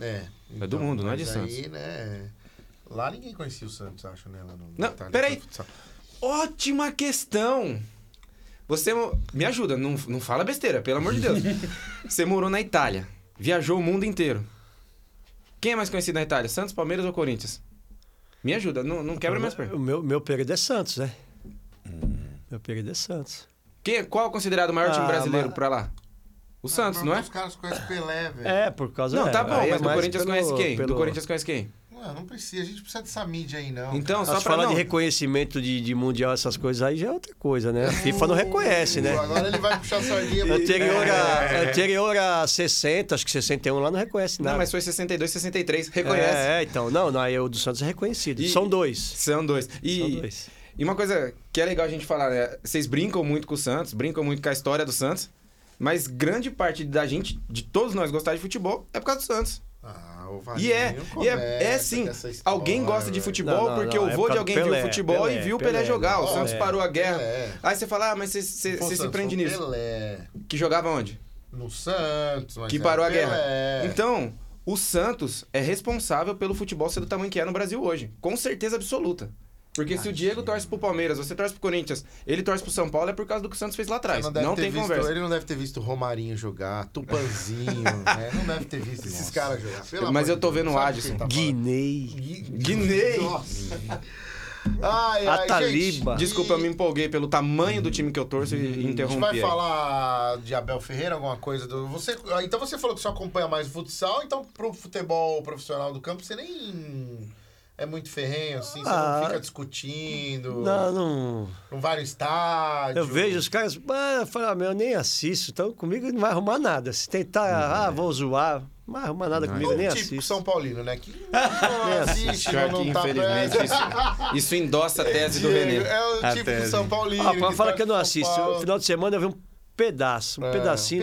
S1: É.
S2: É do mundo, não é
S1: mas
S2: de
S1: Aí, né? Lá ninguém conhecia o Santos, acho, né? Lá no
S2: Não,
S1: Itália,
S2: peraí.
S1: pelo futsal.
S2: Ótima questão! Você mo- me ajuda, não, não fala besteira, pelo amor de Deus. Você morou na Itália, viajou o mundo inteiro. Quem é mais conhecido na Itália? Santos, Palmeiras ou Corinthians? Me ajuda, não, não quebra minhas pernas.
S4: O meu, meu período é Santos, né?
S1: Hum.
S4: Meu período é Santos.
S2: Quem, qual é considerado o maior time
S4: Ah,
S2: brasileiro
S4: mas-
S2: pra lá? O Santos, não é?
S1: Os caras conhecem Pelé, velho.
S4: É, por causa
S2: Não,
S4: é,
S2: tá bom,
S4: aí é
S2: mas do
S4: mais
S2: Corinthians
S4: pelo-
S2: conhece quem? Do
S4: pelo-
S2: Corinthians conhece quem?
S1: Não, não precisa, a gente precisa dessa mídia aí, não.
S2: Então,
S4: Ah,
S2: só
S4: se
S2: pra
S4: falar
S2: não...
S4: de reconhecimento de, de mundial, essas coisas aí já é outra coisa, né? A FIFA não reconhece, né? É
S1: Agora É. ele vai puxar a sardinha pra-
S4: Anterior a, é anterior a 60, acho que 61 lá não reconhece nada.
S2: Não, mas foi 62, 63, reconhece.
S4: É, é, então. Não, não, aí o do Santos é reconhecido.
S2: E-
S4: São dois.
S2: São dois. E,
S4: São dois.
S2: E uma coisa que é legal a gente falar, né? Vocês brincam muito com o Santos, brincam muito com a história do Santos, mas grande parte da gente, de todos nós gostar de futebol, é por causa do Santos.
S1: Ah, o Varinho
S2: E é, e é, é
S1: começa
S2: sim.
S1: com essa história,
S2: Alguém gosta de
S1: velho.
S2: futebol
S4: Não, não,
S2: porque
S4: não,
S2: o
S4: é
S2: vô
S4: por
S2: de
S4: causa
S2: alguém
S4: do
S2: viu o
S4: Pelé,
S2: futebol e
S4: Pelé,
S2: viu o Pelé,
S4: Pelé,
S2: jogar. O
S4: não,
S2: Santos
S4: Pelé.
S2: parou a guerra.
S1: Pelé.
S2: Aí você fala, ah, mas você
S1: É. Pô,
S2: você se
S1: Santos,
S2: prende
S1: foi
S2: nisso.
S1: Pelé.
S2: Que jogava onde?
S1: No Santos, mas
S2: que
S1: era
S2: parou a
S1: Pelé.
S2: guerra.
S1: É.
S2: Então, o Santos é responsável pelo futebol ser do tamanho que é no Brasil hoje. Com certeza absoluta. Porque se o Diego torce pro Palmeiras, você torce pro Corinthians, ele torce pro São Paulo, é por causa do que o Santos fez lá atrás.
S1: Não
S2: Então, Não,
S1: deve ter
S2: tem
S1: visto-
S2: conversa.
S1: Ele não deve ter visto o Romarinho jogar, Tupanzinho, né? Não deve ter visto esses caras jogar. Pelo amor
S2: Mas eu tô
S1: de Deus,
S2: vendo o
S1: sabe
S2: Adson.
S1: quem tá falando?
S4: Guinei.
S1: Gui-
S2: Guinei.
S1: Nossa. Ai, ai,
S4: Ataliba.
S1: gente,
S2: Desculpa, eu me
S1: e
S2: empolguei pelo tamanho do time que eu torço e
S1: A gente
S2: interrompi.
S1: vai
S2: aí.
S1: falar de Abel Ferreira, alguma coisa do. Você, ah, então você falou que só acompanha mais o futsal, então pro futebol profissional do campo você nem é muito ferrenho, assim, você
S4: Ah.
S1: não fica discutindo.
S4: Não, não.
S1: Não vai no estádio.
S4: Eu vejo os caras. Ah, eu falo, ah, meu, eu nem assisto. Então comigo não vai arrumar nada. Se tentar,
S2: é.
S4: ah, vou zoar. Não vai arrumar nada comigo, eu
S1: um
S4: nem
S1: típico
S4: assisto.
S1: São Paulino, né? Que não assiste,
S2: Pior
S1: não
S2: que,
S1: tá
S2: infelizmente,
S1: perto.
S2: isso, isso endossa a tese do
S1: Diego,
S2: Renê.
S1: É o
S3: A
S1: típico
S3: tese.
S1: São Paulino.
S4: Ah, pra falar
S1: torce
S4: que eu não
S1: pro tá São
S4: assisto.
S1: Paulo.
S4: No final de semana eu vi um pedaço, um
S1: É.
S4: pedacinho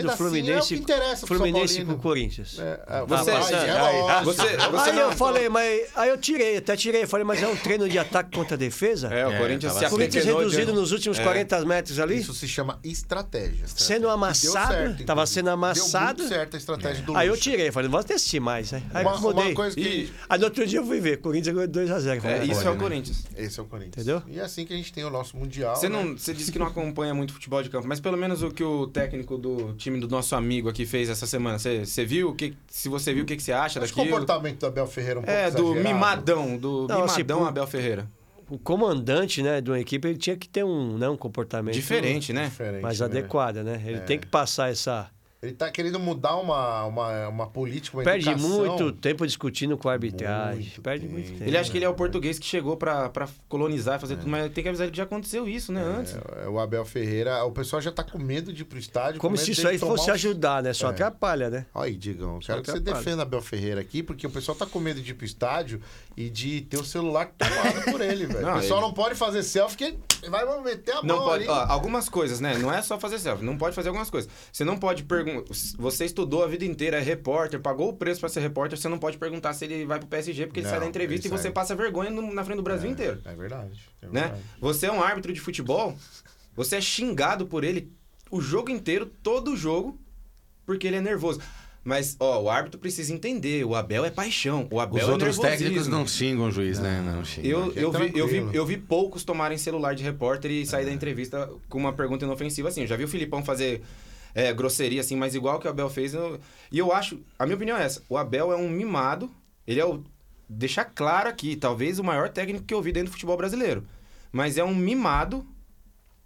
S1: Pedacinho
S4: do
S1: é o
S4: Fluminense.
S1: que interessa pro São
S4: Fluminense com
S1: Paulino.
S4: o Corinthians.
S1: É, é,
S2: Você-
S1: vai,
S2: você-
S1: é lógico.
S2: Você, você
S4: Aí
S2: não...
S4: eu falei, mas. Aí eu tirei, até tirei. Falei, mas é um treino de ataque contra a defesa?
S2: É, o
S3: É,
S2: Corinthians
S3: tava
S2: se
S4: O Corinthians
S2: apequenou.
S4: reduzido
S2: de-
S4: nos últimos 40 metros ali.
S1: Isso se chama estratégia.
S4: Sendo
S1: E deu
S4: amassado,
S1: certo,
S4: tava
S1: inclusive.
S4: sendo amassado.
S1: Deu muito certo a estratégia
S2: É.
S1: do
S4: Aí eu
S1: Lucha.
S4: tirei, falei, não vou assistir mais, né? Aí
S1: Uma,
S4: eu mudei.
S1: uma coisa que...
S2: E-
S4: Aí no outro dia eu fui ver, Corinthians ganhou 2x0.
S2: É,
S4: falei,
S2: isso
S4: "Olha,
S2: é o Corinthians.
S1: Esse é o Corinthians.
S4: Entendeu?
S1: E é assim que a gente tem o nosso Mundial,
S2: Você,
S1: né?
S2: não, você disse que não acompanha muito futebol de campo, mas pelo menos o que o técnico do time do nosso amigo aqui fez essa semana, você, você viu? O que, se você viu, o que, que você acha
S1: Acho que o
S2: daquilo?
S1: comportamento do Abel Ferreira é um pouco
S2: É, do
S1: exagerado.
S2: mimadão, do
S4: Não, assim,
S2: mimadão
S4: pro-
S2: Abel Ferreira.
S4: O comandante, né, de uma equipe, ele tinha que ter um, né, um comportamento
S2: Diferente, né?
S1: Diferente,
S4: mais
S1: né?
S4: adequado, né? Ele tem que passar essa,
S1: Ele tá querendo mudar uma, uma, uma política, uma
S4: Perde
S1: educação.
S4: muito tempo discutindo com a arbitragem.
S1: Muito
S4: perde
S1: tempo.
S4: muito tempo.
S2: Ele acha que ele é o português que chegou pra, pra colonizar, fazer tudo, mas tem que avisar ele que já aconteceu isso, né? Antes.
S1: É, O Abel Ferreira, o pessoal já tá com medo de ir pro estádio.
S4: Como
S1: com medo
S4: se isso
S1: dele
S4: aí
S1: tomar
S4: fosse
S1: um-
S4: ajudar, né? Só
S1: É.
S4: atrapalha, né?
S1: Olha aí, Digão, quero que você
S4: atrapalha.
S1: defenda Abel Ferreira aqui, porque o pessoal tá com medo de ir pro estádio e de ter o celular tomado por ele, velho.
S2: Não, é
S1: O pessoal
S2: ele-
S1: não pode fazer selfie, que vai meter a mão
S2: Não pode,
S1: ali. É,
S2: ó, algumas coisas, né? Não é só fazer selfie, não pode fazer algumas coisas. Você não pode perguntar. Você estudou a vida inteira, é repórter, pagou o preço pra ser repórter, você não pode perguntar se ele vai pro PSG porque ele
S1: Não,
S2: sai da entrevista e
S1: ele
S2: você
S1: sai.
S2: passa vergonha no- na frente do Brasil inteiro.
S1: É verdade. é
S2: né?
S1: verdade.
S2: Você é um árbitro de futebol, você é xingado por ele o jogo inteiro, todo jogo, porque ele é nervoso. Mas, ó, o árbitro precisa entender, o Abel é paixão, o Abel
S3: Os
S2: é
S3: outros
S2: nervosismo.
S3: técnicos não xingam o juiz, né? Não xingam.
S2: Eu,
S1: Aqui é
S2: eu, vi, eu, vi,
S1: tranquilo. É.
S2: eu vi poucos tomarem celular de repórter e sair da entrevista com uma pergunta inofensiva assim. Eu já vi o Filipão fazer é, grosseria assim, mas igual que o Abel fez. eu- E eu acho, a minha opinião é essa: o Abel é um mimado, ele é o. Deixar claro aqui, talvez o maior técnico que eu vi dentro do futebol brasileiro. Mas é um mimado,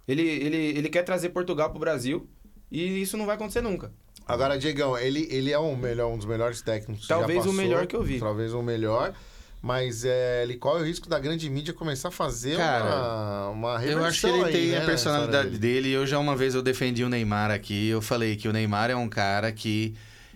S2: ele, ele, ele quer trazer Portugal pro Brasil e isso não vai acontecer nunca.
S1: Agora, Diegão, ele, ele é um, melhor, um dos melhores técnicos que
S2: Talvez
S1: já
S2: o
S1: passou,
S2: melhor que eu vi.
S1: Talvez o melhor. Mas é, ele corre o risco da grande mídia começar a fazer uma,
S3: Cara,
S1: uma
S3: Eu
S1: reversão
S3: acho que ele
S1: aí,
S3: tem
S1: né,
S3: a
S1: na
S3: personalidade
S1: história
S3: dele. Eu já uma vez eu defendi o Neymar aqui. Eu falei que o Neymar é um cara que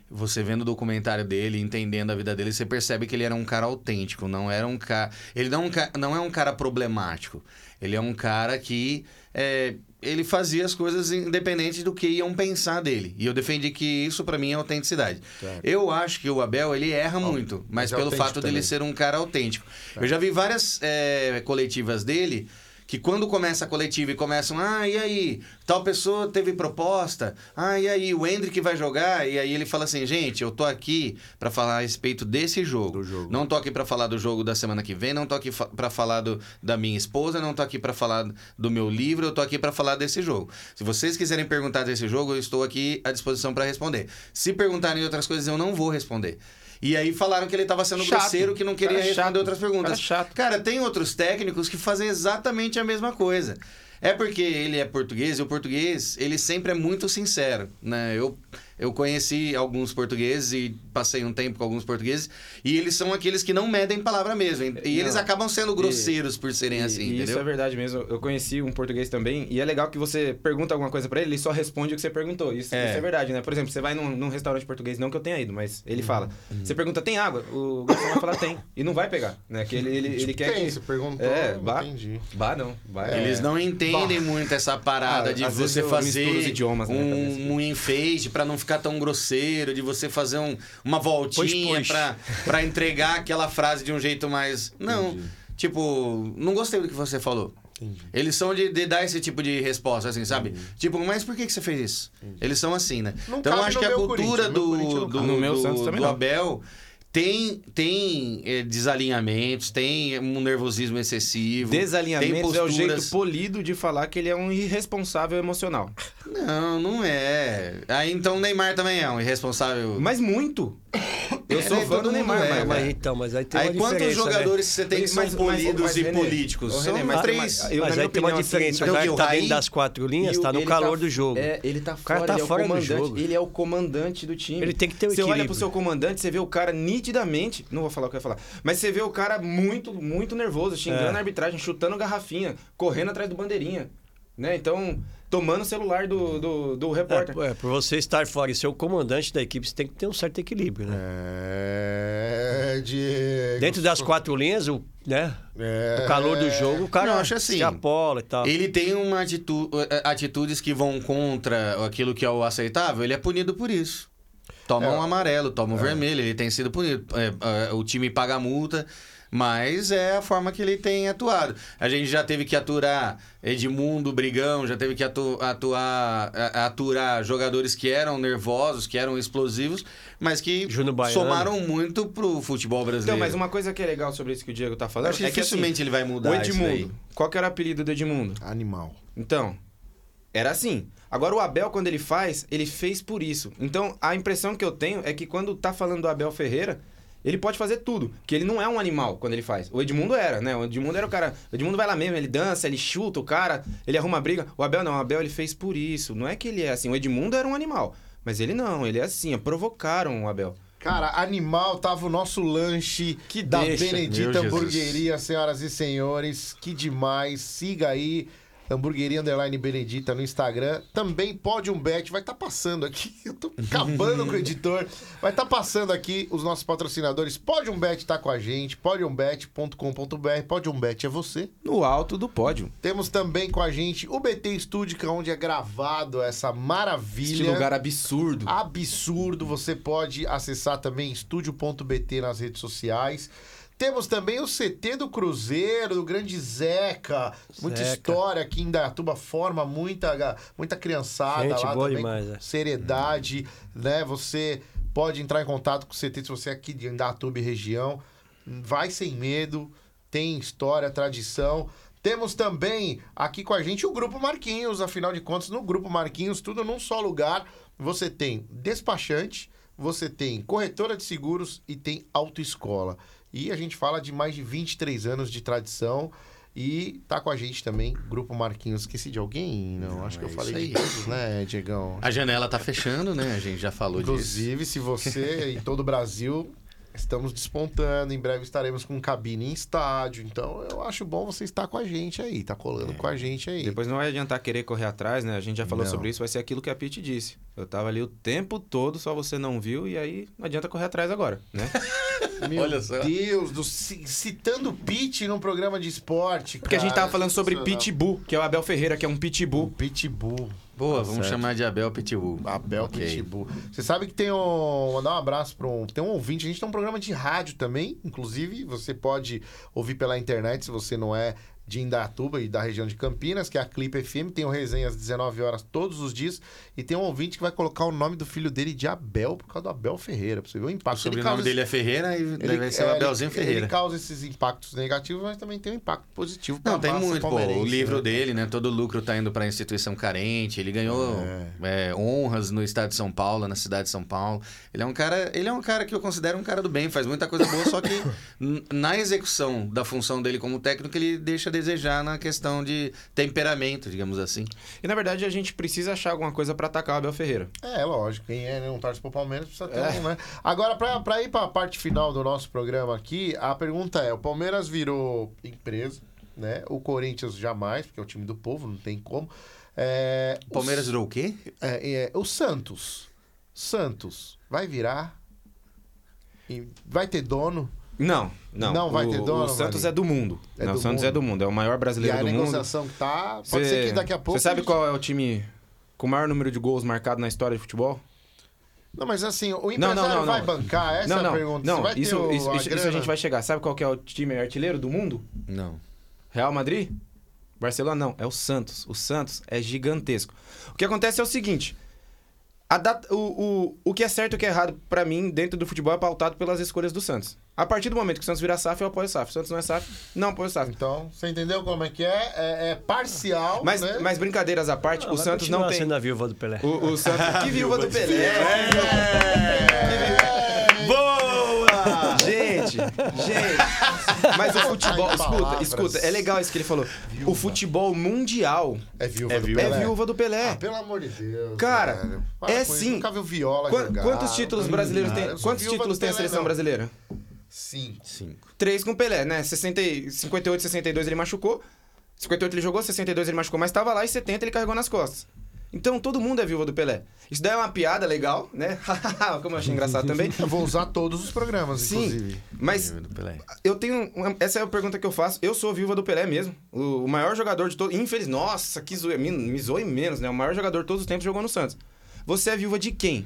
S3: você vendo o documentário dele, entendendo a vida dele, você percebe que ele era um cara autêntico, não era um cara, ele não, é um ca- não é um cara problemático. Ele é um cara que é, ele fazia as coisas independente do que iam pensar dele. E eu defendi que isso pra mim é autenticidade. Eu acho que o Abel ele erra muito, mas,
S1: mas é
S3: pelo
S1: autêntico
S3: fato dele
S1: também.
S3: ser ser um cara autêntico. Eu já vi várias é, coletivas dele que quando começa a coletiva e começam, ah, e aí, tal pessoa teve proposta, ah, e aí, o Hendrick vai jogar, e aí ele fala assim, gente, eu tô aqui pra falar a respeito desse jogo. Não tô aqui pra falar do jogo da semana que vem, não tô aqui fa- pra falar do- da minha esposa, não tô aqui pra falar do meu livro, eu tô aqui pra falar desse jogo. Se vocês quiserem perguntar desse jogo, eu estou aqui à disposição pra responder. Se perguntarem outras coisas, eu não vou responder. E aí falaram que ele tava sendo
S2: Chato.
S3: grosseiro, que não queria
S2: Cara chato.
S3: responder outras perguntas.
S2: Cara chato.
S3: Cara, tem outros técnicos que fazem exatamente a mesma coisa. É porque ele é português e o português, ele sempre é muito sincero, né? Eu, eu conheci alguns portugueses e passei um tempo com alguns portugueses e eles são aqueles que não medem palavra mesmo. E
S2: Não.
S3: eles acabam sendo grosseiros por serem
S2: E-
S3: assim,
S2: e
S3: entendeu?
S2: Isso é verdade mesmo. Eu conheci um português também, e é legal que você pergunta alguma coisa pra ele, ele só responde o que você perguntou. Isso isso é,
S3: É.
S2: verdade, né? Por exemplo, você vai num, num restaurante português, não que eu tenha ido, mas
S3: Uhum.
S2: ele fala. Você pergunta, tem água? O garçom vai falar, tem. E não vai pegar, né? Que ele, ele,
S1: dele.
S3: Tipo,
S2: ele quer
S1: Tipo, tem,
S2: que...
S1: você perguntou,
S2: É,
S1: não
S2: bah,
S1: entendi.
S2: bah não. Bah, é.
S3: Eles não entendem muito essa parada
S2: Ah,
S3: de
S2: às vezes
S3: você
S2: eu
S3: fazer
S2: misturo os idiomas, né,
S3: um, um enfeite pra não ficar tão grosseiro, de você fazer um- uma voltinha
S4: Pois, pois.
S3: pra para entregar aquela frase de um jeito mais. Não. Tipo, não gostei do que você falou. Eles são de, de dar esse tipo de resposta, assim, sabe? Tipo, mas por que, que você fez isso? Eles são assim, né?
S1: Não
S3: então eu
S1: cabe
S3: acho
S1: no
S3: que a
S1: meu
S3: cultura
S1: Corinthians, no meu Corinthians não
S3: do, do,
S2: cabe. No meu
S3: do-
S2: Santos também
S3: do
S2: não.
S3: Abel tem, tem eh, desalinhamentos, tem um nervosismo excessivo. tem
S2: Desalinhamento é o
S3: posturas...
S2: jeito polido de falar que ele é um irresponsável emocional.
S3: Não, não é. Aí então o Neymar também é um irresponsável.
S2: Mas muito! Eu
S3: É,
S2: sou
S3: né?
S2: fã
S3: Todo
S2: do
S3: mundo
S2: Neymar,
S3: é,
S2: mas...
S3: mas-
S4: Mas então, mas aí tem
S3: Aí
S4: uma
S3: quantos
S4: diferença, né?
S3: jogadores você tem que
S2: né? Mas-
S3: são
S2: mas-
S3: polidos
S2: mas,
S3: e
S2: René,
S3: políticos?
S2: ô,
S3: São
S2: René, mas-
S3: três.
S2: mas-
S4: Né?
S2: Eu, na
S4: mas
S2: minha
S4: aí tem uma
S2: opinião, assim,
S4: diferença.
S3: então
S4: o cara
S3: que
S4: que
S3: eu
S4: tá
S3: caí-
S4: dentro das quatro linhas,
S2: E
S4: tá
S2: o-
S4: no
S2: ele
S4: calor
S2: tá-
S4: do jogo.
S2: É, ele tá
S4: cara
S2: fora,
S4: tá
S2: ele é o
S4: fora do
S2: comandante.
S4: jogo.
S2: Ele é o comandante do time.
S4: Ele tem que ter o
S2: Você olha
S4: equilíbrio.
S2: pro seu comandante, você vê o cara nitidamente. Não vou falar o que eu ia falar. Mas você vê o cara muito, muito nervoso, xingando
S4: É.
S2: a arbitragem, chutando garrafinha, correndo atrás do bandeirinha. Né? Então, tomando o celular do, do, do repórter.
S4: É, é, por você estar fora e ser o comandante da equipe, você tem que ter um certo equilíbrio, né?
S1: É, Diego.
S4: Dentro das quatro linhas, o, né?
S1: É.
S4: O calor do jogo, o cara
S3: Não, eu acho assim.
S4: se apola e tal.
S3: Ele tem uma atitu- eh, atitudes que vão contra aquilo que é o aceitável, ele é punido por isso.
S2: É.
S3: Toma um amarelo, toma um vermelho, ele tem sido punido. É, é, o time paga a multa, mas é a forma que ele tem atuado. A gente já teve que aturar Edmundo Brigão, já teve que atu- atuar, a- aturar jogadores que eram nervosos, que eram explosivos, mas que
S4: Júnior Baiano.
S3: somaram muito pro futebol brasileiro.
S2: Então, mas uma coisa que é legal sobre isso que o Diego tá falando
S3: Acho que
S2: é que
S3: dificilmente
S2: assim,
S3: ele vai mudar
S2: O
S3: isso
S2: Edmundo.
S3: daí.
S2: Qual que era o apelido do Edmundo?
S1: Animal.
S2: Então, era assim. Agora o Abel, quando ele faz, ele fez por isso. Então, a impressão que eu tenho é que quando tá falando do Abel Ferreira, ele pode fazer tudo. Que ele não é um animal quando ele faz. O Edmundo era, né? O Edmundo era o cara. O Edmundo vai lá mesmo, ele dança, ele chuta o cara, ele arruma briga. O Abel não, o Abel ele fez por isso. Não é que ele é assim. O Edmundo era um animal. Mas ele não, ele é assim, ó, provocaram o Abel.
S1: Cara, animal tava o nosso lanche
S2: Que
S1: da
S2: deixa,
S1: Benedita
S3: meu Jesus.
S1: Hamburgueria, senhoras e senhores. Que demais. Siga aí. Hamburgueria Underline Benedita no Instagram. Também pode um bet. Vai estar passando aqui. Eu tô acabando com o editor. Vai estar passando aqui os nossos patrocinadores. Pode um bet tá com a gente. Podeumbet.com.br. Pode um bet é você.
S2: No alto do pódio.
S1: Temos também com a gente o BT Studio, que é onde é gravado essa maravilha.
S2: Este lugar absurdo.
S1: Absurdo. Você pode acessar também estúdio.bt nas redes sociais. Temos também o CT do Cruzeiro, do Grande Zeca. Muita
S4: Zeca.
S1: história aqui em Dayatuba, forma muita, muita criançada
S4: Gente
S1: lá
S4: boa
S1: também.
S4: demais, é.
S1: Seriedade, né? Você pode entrar em contato com o CT se você é aqui de Indatuba e região. Vai sem medo, tem história, tradição. Temos também aqui com a gente o Grupo Marquinhos, afinal de contas, no Grupo Marquinhos, tudo num só lugar. Você tem despachante, você tem corretora de seguros e tem autoescola. E a gente fala de mais de 23 anos de tradição. E tá com a gente também, Grupo Marquinhos. Esqueci de alguém? Não, acho que eu
S3: é
S1: falei
S3: isso
S1: de
S3: aí.
S1: todos, né, Diegão?
S3: A janela tá fechando, né? A gente já falou disso.
S1: Inclusive, se você em todo o Brasil estamos despontando, em breve estaremos com cabine em estádio. Então, eu acho bom você estar com a gente aí, tá colando
S3: É,
S1: com a gente aí.
S2: Depois não vai adiantar querer correr atrás, né? A gente já falou
S1: Não.
S2: sobre isso, vai ser aquilo que a Pete disse. Eu tava ali o tempo todo, só você não viu, e aí não adianta correr atrás agora, né?
S1: Meu
S3: Olha só.
S1: Deus, do, ci- citando Pete num programa de esporte.
S2: Porque a gente
S1: cara,
S2: tava falando sobre
S1: Ah, sensacional.
S2: Pitbull, que é o Abel Ferreira, que é um Pitbull.
S1: Pitbull.
S3: Boa, vamos chamar de Abel Pitbull.
S1: Abel
S3: Ok.
S1: Pitbull. Você sabe que tem um. Mandar um abraço para um. Tem um ouvinte. A gente tem um programa de rádio também. Inclusive, você pode ouvir pela internet se você não é de Indatuba e da região de Campinas, que é a Clipe FM. Tem um resenha às 19 horas todos os dias. E tem um ouvinte que vai colocar o nome do filho dele de Abel, por causa do Abel Ferreira. Pra você ver o
S3: O
S1: impacto.
S3: sobrenome dele é Ferreira e deve ser o Abelzinho
S1: é,
S3: Ferreira.
S1: Ele causa esses impactos negativos, mas também tem um impacto positivo. pra
S3: Não, tem
S1: massa
S3: muito, pô. O
S1: palmeirense,
S3: livro
S1: né?
S3: dele, né? Todo lucro tá indo pra instituição carente. Ele ganhou é, honras no estado de São Paulo, na cidade de São Paulo. Ele é um cara, ele é um cara que eu considero um cara do bem, faz muita coisa boa, só que n- na execução da função dele como técnico, ele deixa a desejar na questão de temperamento, digamos assim.
S2: E na verdade a gente precisa achar alguma coisa pra atacar o Abel Ferreira.
S1: É, lógico. Quem é, né, não torce pro Palmeiras precisa ter
S3: É.
S1: um, né? Agora, pra, pra ir pra parte final do nosso programa aqui, a pergunta é: o Palmeiras virou empresa, né? O Corinthians jamais, porque é o time do povo, não tem como. É,
S3: O Palmeiras virou o quê?
S1: O, é, é, o Santos. Santos vai virar. E Vai ter dono.
S2: Não, não.
S1: Não vai
S2: o,
S1: ter dono,
S2: O Santos
S1: Vale?
S2: é do mundo.
S1: É
S2: não,
S1: do
S2: o Santos
S1: mundo.
S2: é do mundo. É o maior
S1: E
S2: brasileiro
S1: a
S2: do mundo.
S1: negociação tá. Pode ser que daqui a pouco.
S2: Você sabe
S1: a gente-
S2: qual é o time com o maior número de gols marcado na história de futebol?
S1: Não, mas assim, o
S2: não,
S1: empresário
S2: não,
S1: vai
S2: não.
S1: bancar? Essa
S2: não,
S1: é a
S2: não.
S1: pergunta.
S2: Não,
S1: Você vai ter
S2: isso,
S1: o-
S2: isso, isso- isso a
S1: grana?
S2: gente vai chegar. Sabe qual que é o time artilheiro do mundo?
S3: Não.
S2: Real Madrid? Barcelona não, é o Santos. O Santos é gigantesco. O que acontece é o seguinte: a data- o, o, o que é certo e o que é errado pra mim dentro do futebol é pautado pelas escolhas do Santos. A partir do momento que o Santos virar SAF, eu apoio o SAF. O Santos não é SAF, não apoio o SAF.
S1: Então, você entendeu como é que é? É, é parcial.
S2: Mas,
S1: né?
S2: mas brincadeiras à parte, o
S4: vai
S2: Santos não
S4: continuar
S2: tem.
S4: sendo a viúva do Pelé.
S2: O, o Santos. Que viúva do Pelé!
S3: É!
S1: É.
S3: Boa!
S2: Gente, gente. Mas o futebol.
S1: Ai,
S2: Escuta,
S1: palavras.
S2: escuta, é legal isso que ele falou. O futebol mundial
S1: É viúva
S3: É
S1: do
S3: viúva.
S2: é
S1: Pelé.
S2: viúva do
S1: Ah,
S2: Pelé.
S1: pelo amor de Deus.
S2: Cara,
S1: velho. Para
S2: é
S1: com isso.
S2: sim.
S1: Nunca viu viola
S2: Quan-
S1: jogar.
S2: quantos títulos
S1: nunca vi
S2: brasileiros
S1: nada.
S2: tem?
S1: Eu sou
S2: Quantos
S1: viúva
S2: títulos
S1: do
S2: tem a
S1: Pelé,
S2: seleção
S1: não.
S2: brasileira?
S1: Cinco.
S3: Cinco.
S2: Três com o Pelé, né? 60, e- 58, 62 ele machucou. 58 ele jogou, 62 ele machucou, mas tava lá e 70 ele carregou nas costas. Então todo mundo é viúva do Pelé. Isso daí é uma piada legal, né? Como eu achei engraçado também.
S1: Eu vou usar todos os programas,
S2: Sim,
S1: inclusive.
S2: mas
S3: Do Pelé.
S2: eu tenho. uma- Essa é a pergunta que eu faço. Eu sou viúva do Pelé mesmo. O o maior jogador de todos. Infeliz. Nossa, que zoe... me, me zoe menos, né? O maior jogador de todos os tempos jogou no Santos. Você é viúva de quem?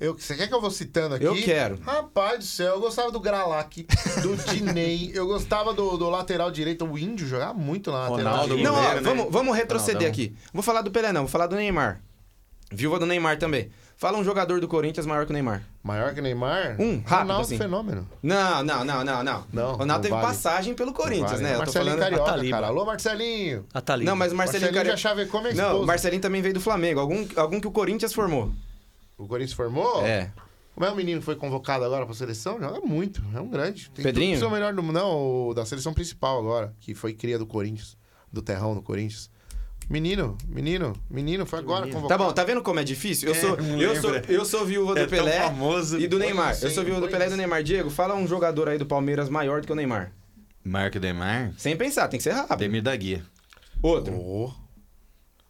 S1: Eu, você quer que eu vou citando aqui?
S2: Eu quero.
S1: Rapaz do céu, eu gostava do Gralac, do Diney, eu gostava do, do lateral direito, o Índio jogava muito na lateral
S3: Ronaldo
S1: direita.
S2: Não, ó,
S3: goleiro, né?
S2: vamos, vamos retroceder
S3: Ronaldão.
S2: aqui. Vou falar do Pelé, não. Vou falar do Neymar. Viúva do Neymar também. Fala um jogador do Corinthians maior que o Neymar.
S1: Maior que Neymar?
S2: Um, rápido,
S1: Ronaldo
S2: assim.
S1: Fenômeno.
S2: Não, não, não, não, não.
S1: Não,
S2: Ronaldo
S1: não
S2: teve
S1: vale.
S2: passagem pelo Corinthians,
S1: Vale.
S2: né? Eu tô
S1: Marcelinho
S2: falando...
S1: Carioca,
S4: Ataliba.
S1: cara. Alô, Marcelinho.
S4: A Thalita.
S2: Não, mas o Marcelinho,
S1: Marcelinho,
S2: Carioca...
S1: já chavecou minha
S2: Não,
S1: esposa.
S2: o Marcelinho também veio do Flamengo. Algum, algum que o Corinthians formou.
S1: O Corinthians formou?
S2: É.
S1: Como é o menino que foi convocado agora pra seleção? Joga muito, é um grande. Tem
S2: Pedrinho?
S1: tudo que ser o melhor do mundo. Não, o da seleção principal agora, que foi cria do Corinthians, do terrão do Corinthians. Menino, menino, menino, foi agora convocado.
S2: Tá bom, tá vendo como é difícil? Eu sou,
S3: não
S2: eu sou,
S3: lembra.
S2: eu sou viúva do
S3: É tão
S2: Pelé
S3: famoso.
S2: e do Neymar. eu
S1: sim,
S2: sou viúva do
S1: pois.
S2: Pelé e do Neymar. Diego, fala um jogador aí do Palmeiras maior do que o Neymar.
S3: Maior que Neymar?
S2: Sem pensar, tem que ser rápido.
S3: Demir da Guia.
S2: Outro.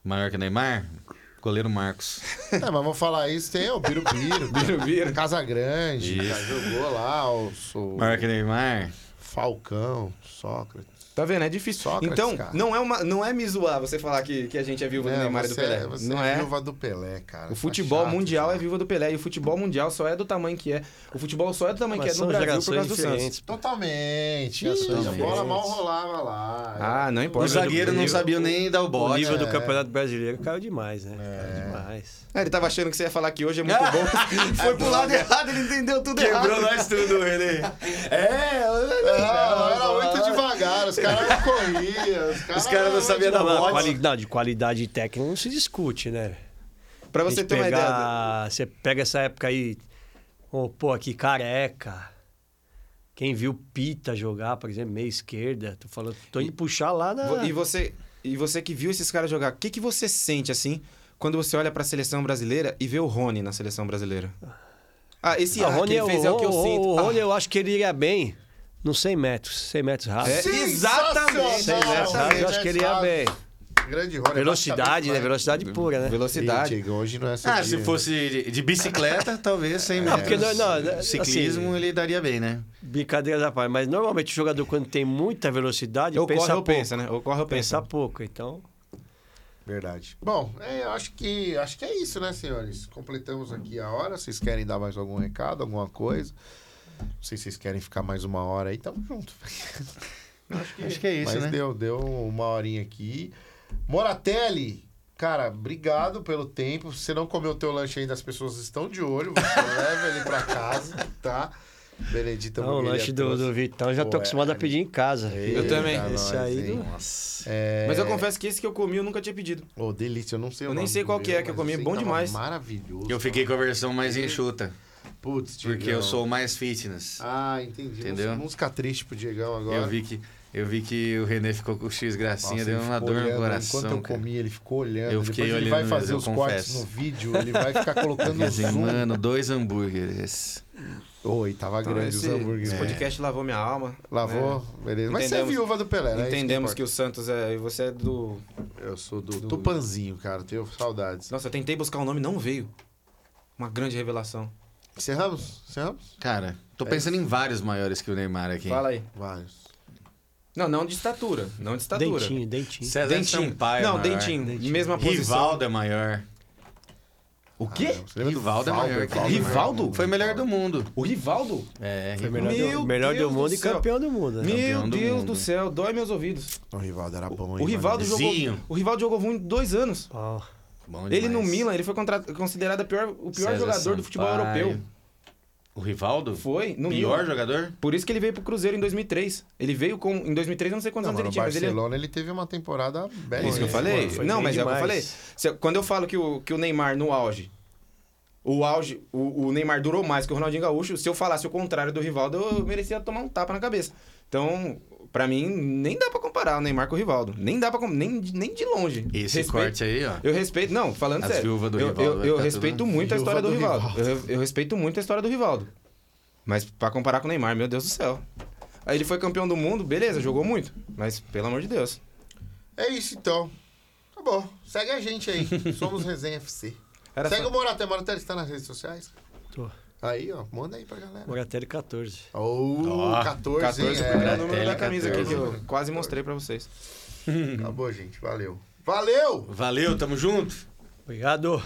S3: Maior que Neymar? Goleiro Marcos.
S1: É, mas vamos falar isso, tem o Biro Biro,
S2: Biro Biro.
S1: Casa Grande,
S3: Isso.
S1: já jogou lá, o, o
S3: Maior que Neymar?
S1: Falcão, Sócrates.
S2: Tá vendo? É difícil.
S1: Sócrates,
S2: então,
S1: cara.
S2: não é, uma, não é me zoar você falar que, que a gente é viúva do
S1: É,
S2: Neymar e do
S1: você-
S2: Pelé.
S1: Você
S2: não
S1: é
S2: é.
S1: viúva do Pelé, cara.
S2: O futebol
S1: Tá chato,
S2: mundial
S1: já.
S2: é viúva do Pelé. E o futebol mundial só é do tamanho que é. O futebol só é do tamanho
S4: Mas
S2: que é
S4: são
S2: no Brasil por
S4: gerações
S2: causa do Santos.
S4: diferentes.
S1: Totalmente. a sua- a bola mal rolava lá.
S2: Ah, não importa.
S3: O zagueiro não
S2: Nível-
S3: sabia nem dar o
S4: O
S3: bote.
S4: nível do Campeonato Brasileiro caiu demais, né? Caiu demais.
S2: É, ele tava achando que você ia falar que hoje é muito bom. Foi pro lado errado, ele entendeu tudo errado.
S3: nós tudo, Renê.
S2: É,
S1: Ah, era muito devagar, os caras não corriam. Os caras
S3: Os caras não sabiam dar
S4: Não, mas
S3: bote.
S4: quali- não, de qualidade técnica não se discute, né?
S2: Pra
S4: A
S2: você
S4: gente
S2: ter uma ideia.
S4: pegar- Você pega essa época aí, ô, pô, aqui careca. Quem viu Pita jogar, por exemplo, meia esquerda, tô falando, tô indo puxar lá na.
S2: Vo- E você, e você que viu esses caras jogar, o que, que você sente assim quando você olha pra seleção brasileira e vê o Rony na seleção brasileira? Ah, esse
S4: Ah,
S2: erro que ele fez é o que eu
S4: o-
S2: sinto.
S4: O
S2: Ah,
S4: Rony, eu acho que ele iria bem nos 100 metros, 100 metros
S2: é,
S4: rasos.
S2: exatamente.
S1: Sensacional,
S4: 100 metros rasos, né? eu acho que ele ia
S2: é
S4: bem.
S1: Grande Rony.
S4: Velocidade, né?
S1: Vai.
S4: Velocidade pura, né?
S2: Velocidade.
S1: Ih, Diego, hoje não é seu
S3: Ah,
S1: dia.
S3: se fosse de, de bicicleta, talvez, sem
S4: Não, porque não- não, assim-
S3: Ciclismo ele daria bem, né?
S4: Brincadeira da parte. Mas normalmente o jogador, quando tem muita velocidade,
S2: Ou
S4: pensa
S2: corre ou
S4: pouco.
S2: pensa, né? Ou corre ou
S4: Pensa
S2: pensa.
S4: pouco, então.
S1: né? Verdade. Bom, é, eu acho que acho que é isso, né, senhores? Completamos aqui a hora. Vocês querem dar mais algum recado, alguma coisa? Não sei se vocês querem ficar mais uma hora aí. Tamo junto.
S3: Acho que é isso,
S1: Mas
S3: né?
S1: deu, deu uma horinha aqui. Moratelli, cara, obrigado pelo tempo. Se você não comeu o teu lanche ainda, as pessoas estão de olho. Você leva ele pra casa, tá? Benedita
S4: Não, o
S1: Mugueria
S4: lanche do,
S1: trouxe.
S4: do Vitão eu já
S1: é Pô,
S4: tô
S1: é,
S4: acostumado a
S1: é-
S4: pedir em casa.
S1: Eita,
S2: também.
S1: nós,
S4: Esse aí.
S1: hein?
S4: não-
S3: Nossa.
S1: É...
S2: Mas eu confesso que esse que eu comi eu nunca tinha pedido.
S1: Ô, delícia, eu não sei o
S2: Eu nem
S1: nome
S2: sei
S1: do
S2: qual que
S1: meu,
S2: é que eu
S1: mas
S2: comi,
S1: sei
S2: bom
S1: tava
S2: demais.
S1: Maravilhoso.
S3: Eu fiquei com a versão mais enxuta,
S1: Putz,
S3: porque
S1: Diegão.
S3: eu sou mais fitness.
S1: Ah, entendi.
S3: Entendeu?
S1: Vamos, vamos ficar triste pro Diegão agora.
S3: Eu vi que, eu vi que o Renê ficou com o X
S1: Nossa,
S3: gracinha,
S1: ele
S3: deu uma
S1: ficou
S3: dor
S1: olhando.
S3: é um no coração.
S1: Enquanto eu
S3: cara.
S1: comi, ele ficou olhando.
S3: Eu fiquei
S1: Depois ele
S3: olhando
S1: vai
S3: mesmo,
S1: fazer
S3: eu
S1: os cortes
S3: confesso.
S1: no vídeo, ele vai ficar colocando
S3: Fiquei
S1: o
S3: assim,
S1: zoom.
S3: mano, dois hambúrgueres.
S1: Oi, tava
S2: Então,
S1: grande
S2: esse,
S1: os hambúrgueres.
S2: esse podcast lavou minha alma.
S1: Lavou, beleza. Mas você é
S2: Entendemos-
S1: viúva do Pelé, né?
S2: Entendemos
S1: Isso
S2: que o Santos é. E você é do.
S1: importa. Eu sou do Tupanzinho, cara. Tenho saudades.
S2: Nossa, eu tentei buscar o nome, não veio. Uma grande revelação.
S1: Encerramos? Encerramos?
S3: Cara, tô pensando em vários maiores que o Neymar aqui.
S2: É Fala aí.
S1: Vários.
S2: Não, não de estatura. Não de estatura.
S4: Dentinho, dentinho.
S3: César
S2: Dentinho.
S3: Sampaio.
S2: não,
S3: é maior.
S2: dentinho. Mesma posição.
S3: Rivaldo é maior.
S2: O
S1: Ah,
S2: quê?
S1: não, você lembra do
S3: Rivaldo é maior que
S1: Rivaldo?
S3: ele.
S2: Rivaldo?
S3: Foi o melhor do mundo.
S2: O Rivaldo?
S3: É,
S4: Foi
S3: Rivaldo.
S4: melhor,
S2: Meu
S4: do, melhor
S2: Deus
S4: do mundo
S2: do
S4: e
S2: céu.
S4: campeão do mundo. né?
S2: Meu
S3: do
S2: Deus
S3: mundo.
S2: do céu, dói meus ouvidos.
S1: O Rivaldo era bom, hein,
S2: O Rivaldo
S1: mano?
S2: jogou.
S3: Zinho.
S2: O Rivaldo jogou ruim dois anos.
S4: Ó,
S3: Bom
S2: Ele no
S3: demais.
S2: Milan, ele foi contra- considerado a pior- o pior
S3: César
S2: jogador do futebol
S3: Sampaio.
S2: europeu.
S3: O Rivaldo?
S2: Foi, no
S3: Pior
S2: Milan.
S3: jogador?
S2: Por isso que ele veio pro Cruzeiro em 2003. Ele veio com. Em 2003, eu não sei quantos
S1: Não,
S2: anos
S1: mano,
S2: ele
S1: o
S2: tinha, mas ele.
S1: Barcelona, ele teve uma temporada bela.
S2: É isso que eu
S1: né?
S2: falei?
S4: mano, foi
S2: não,
S4: bem
S2: mas é o que eu falei.
S4: demais.
S2: Se- quando eu falo que o, que o Neymar no auge. O auge, o, o Neymar durou mais que o Ronaldinho Gaúcho. Se eu falasse o contrário do Rivaldo, eu merecia tomar um tapa na cabeça. Então, pra mim, nem dá pra comparar o Neymar com o Rivaldo. Nem dá para nem, de- nem de longe.
S3: Esse
S2: Respeito-
S3: corte aí, ó.
S2: Eu respeito, não, falando
S3: As
S2: sério.
S3: viúvas do
S2: eu,
S3: Rivaldo,
S2: eu-
S3: vai
S2: eu
S3: ficar
S2: respeito
S3: tudo-
S2: muito a
S1: Viúva
S2: história do,
S1: do
S2: Rivaldo.
S1: Rivaldo.
S2: Eu, eu respeito muito a história do Rivaldo. Mas pra comparar com o Neymar, meu Deus do céu. Aí ele foi campeão do mundo, beleza, jogou muito. Mas pelo amor de Deus.
S1: É isso, então. Tá bom. Segue a gente aí. Somos Resenha FC.
S2: Era
S1: Segue
S2: só-
S1: o é Moraté. Moraté está tá nas redes sociais?
S4: Tô.
S1: Aí, ó. Manda aí pra galera.
S4: Moratelli 14.
S1: Ô,
S3: Ó,
S1: 14,
S2: 14
S1: hein?
S2: foi
S1: É.
S2: o número
S3: tela
S2: da camisa aqui que
S3: 14.
S2: eu quase mostrei pra vocês.
S1: Acabou, gente. Valeu. Valeu!
S3: Valeu, tamo junto.
S4: Obrigado.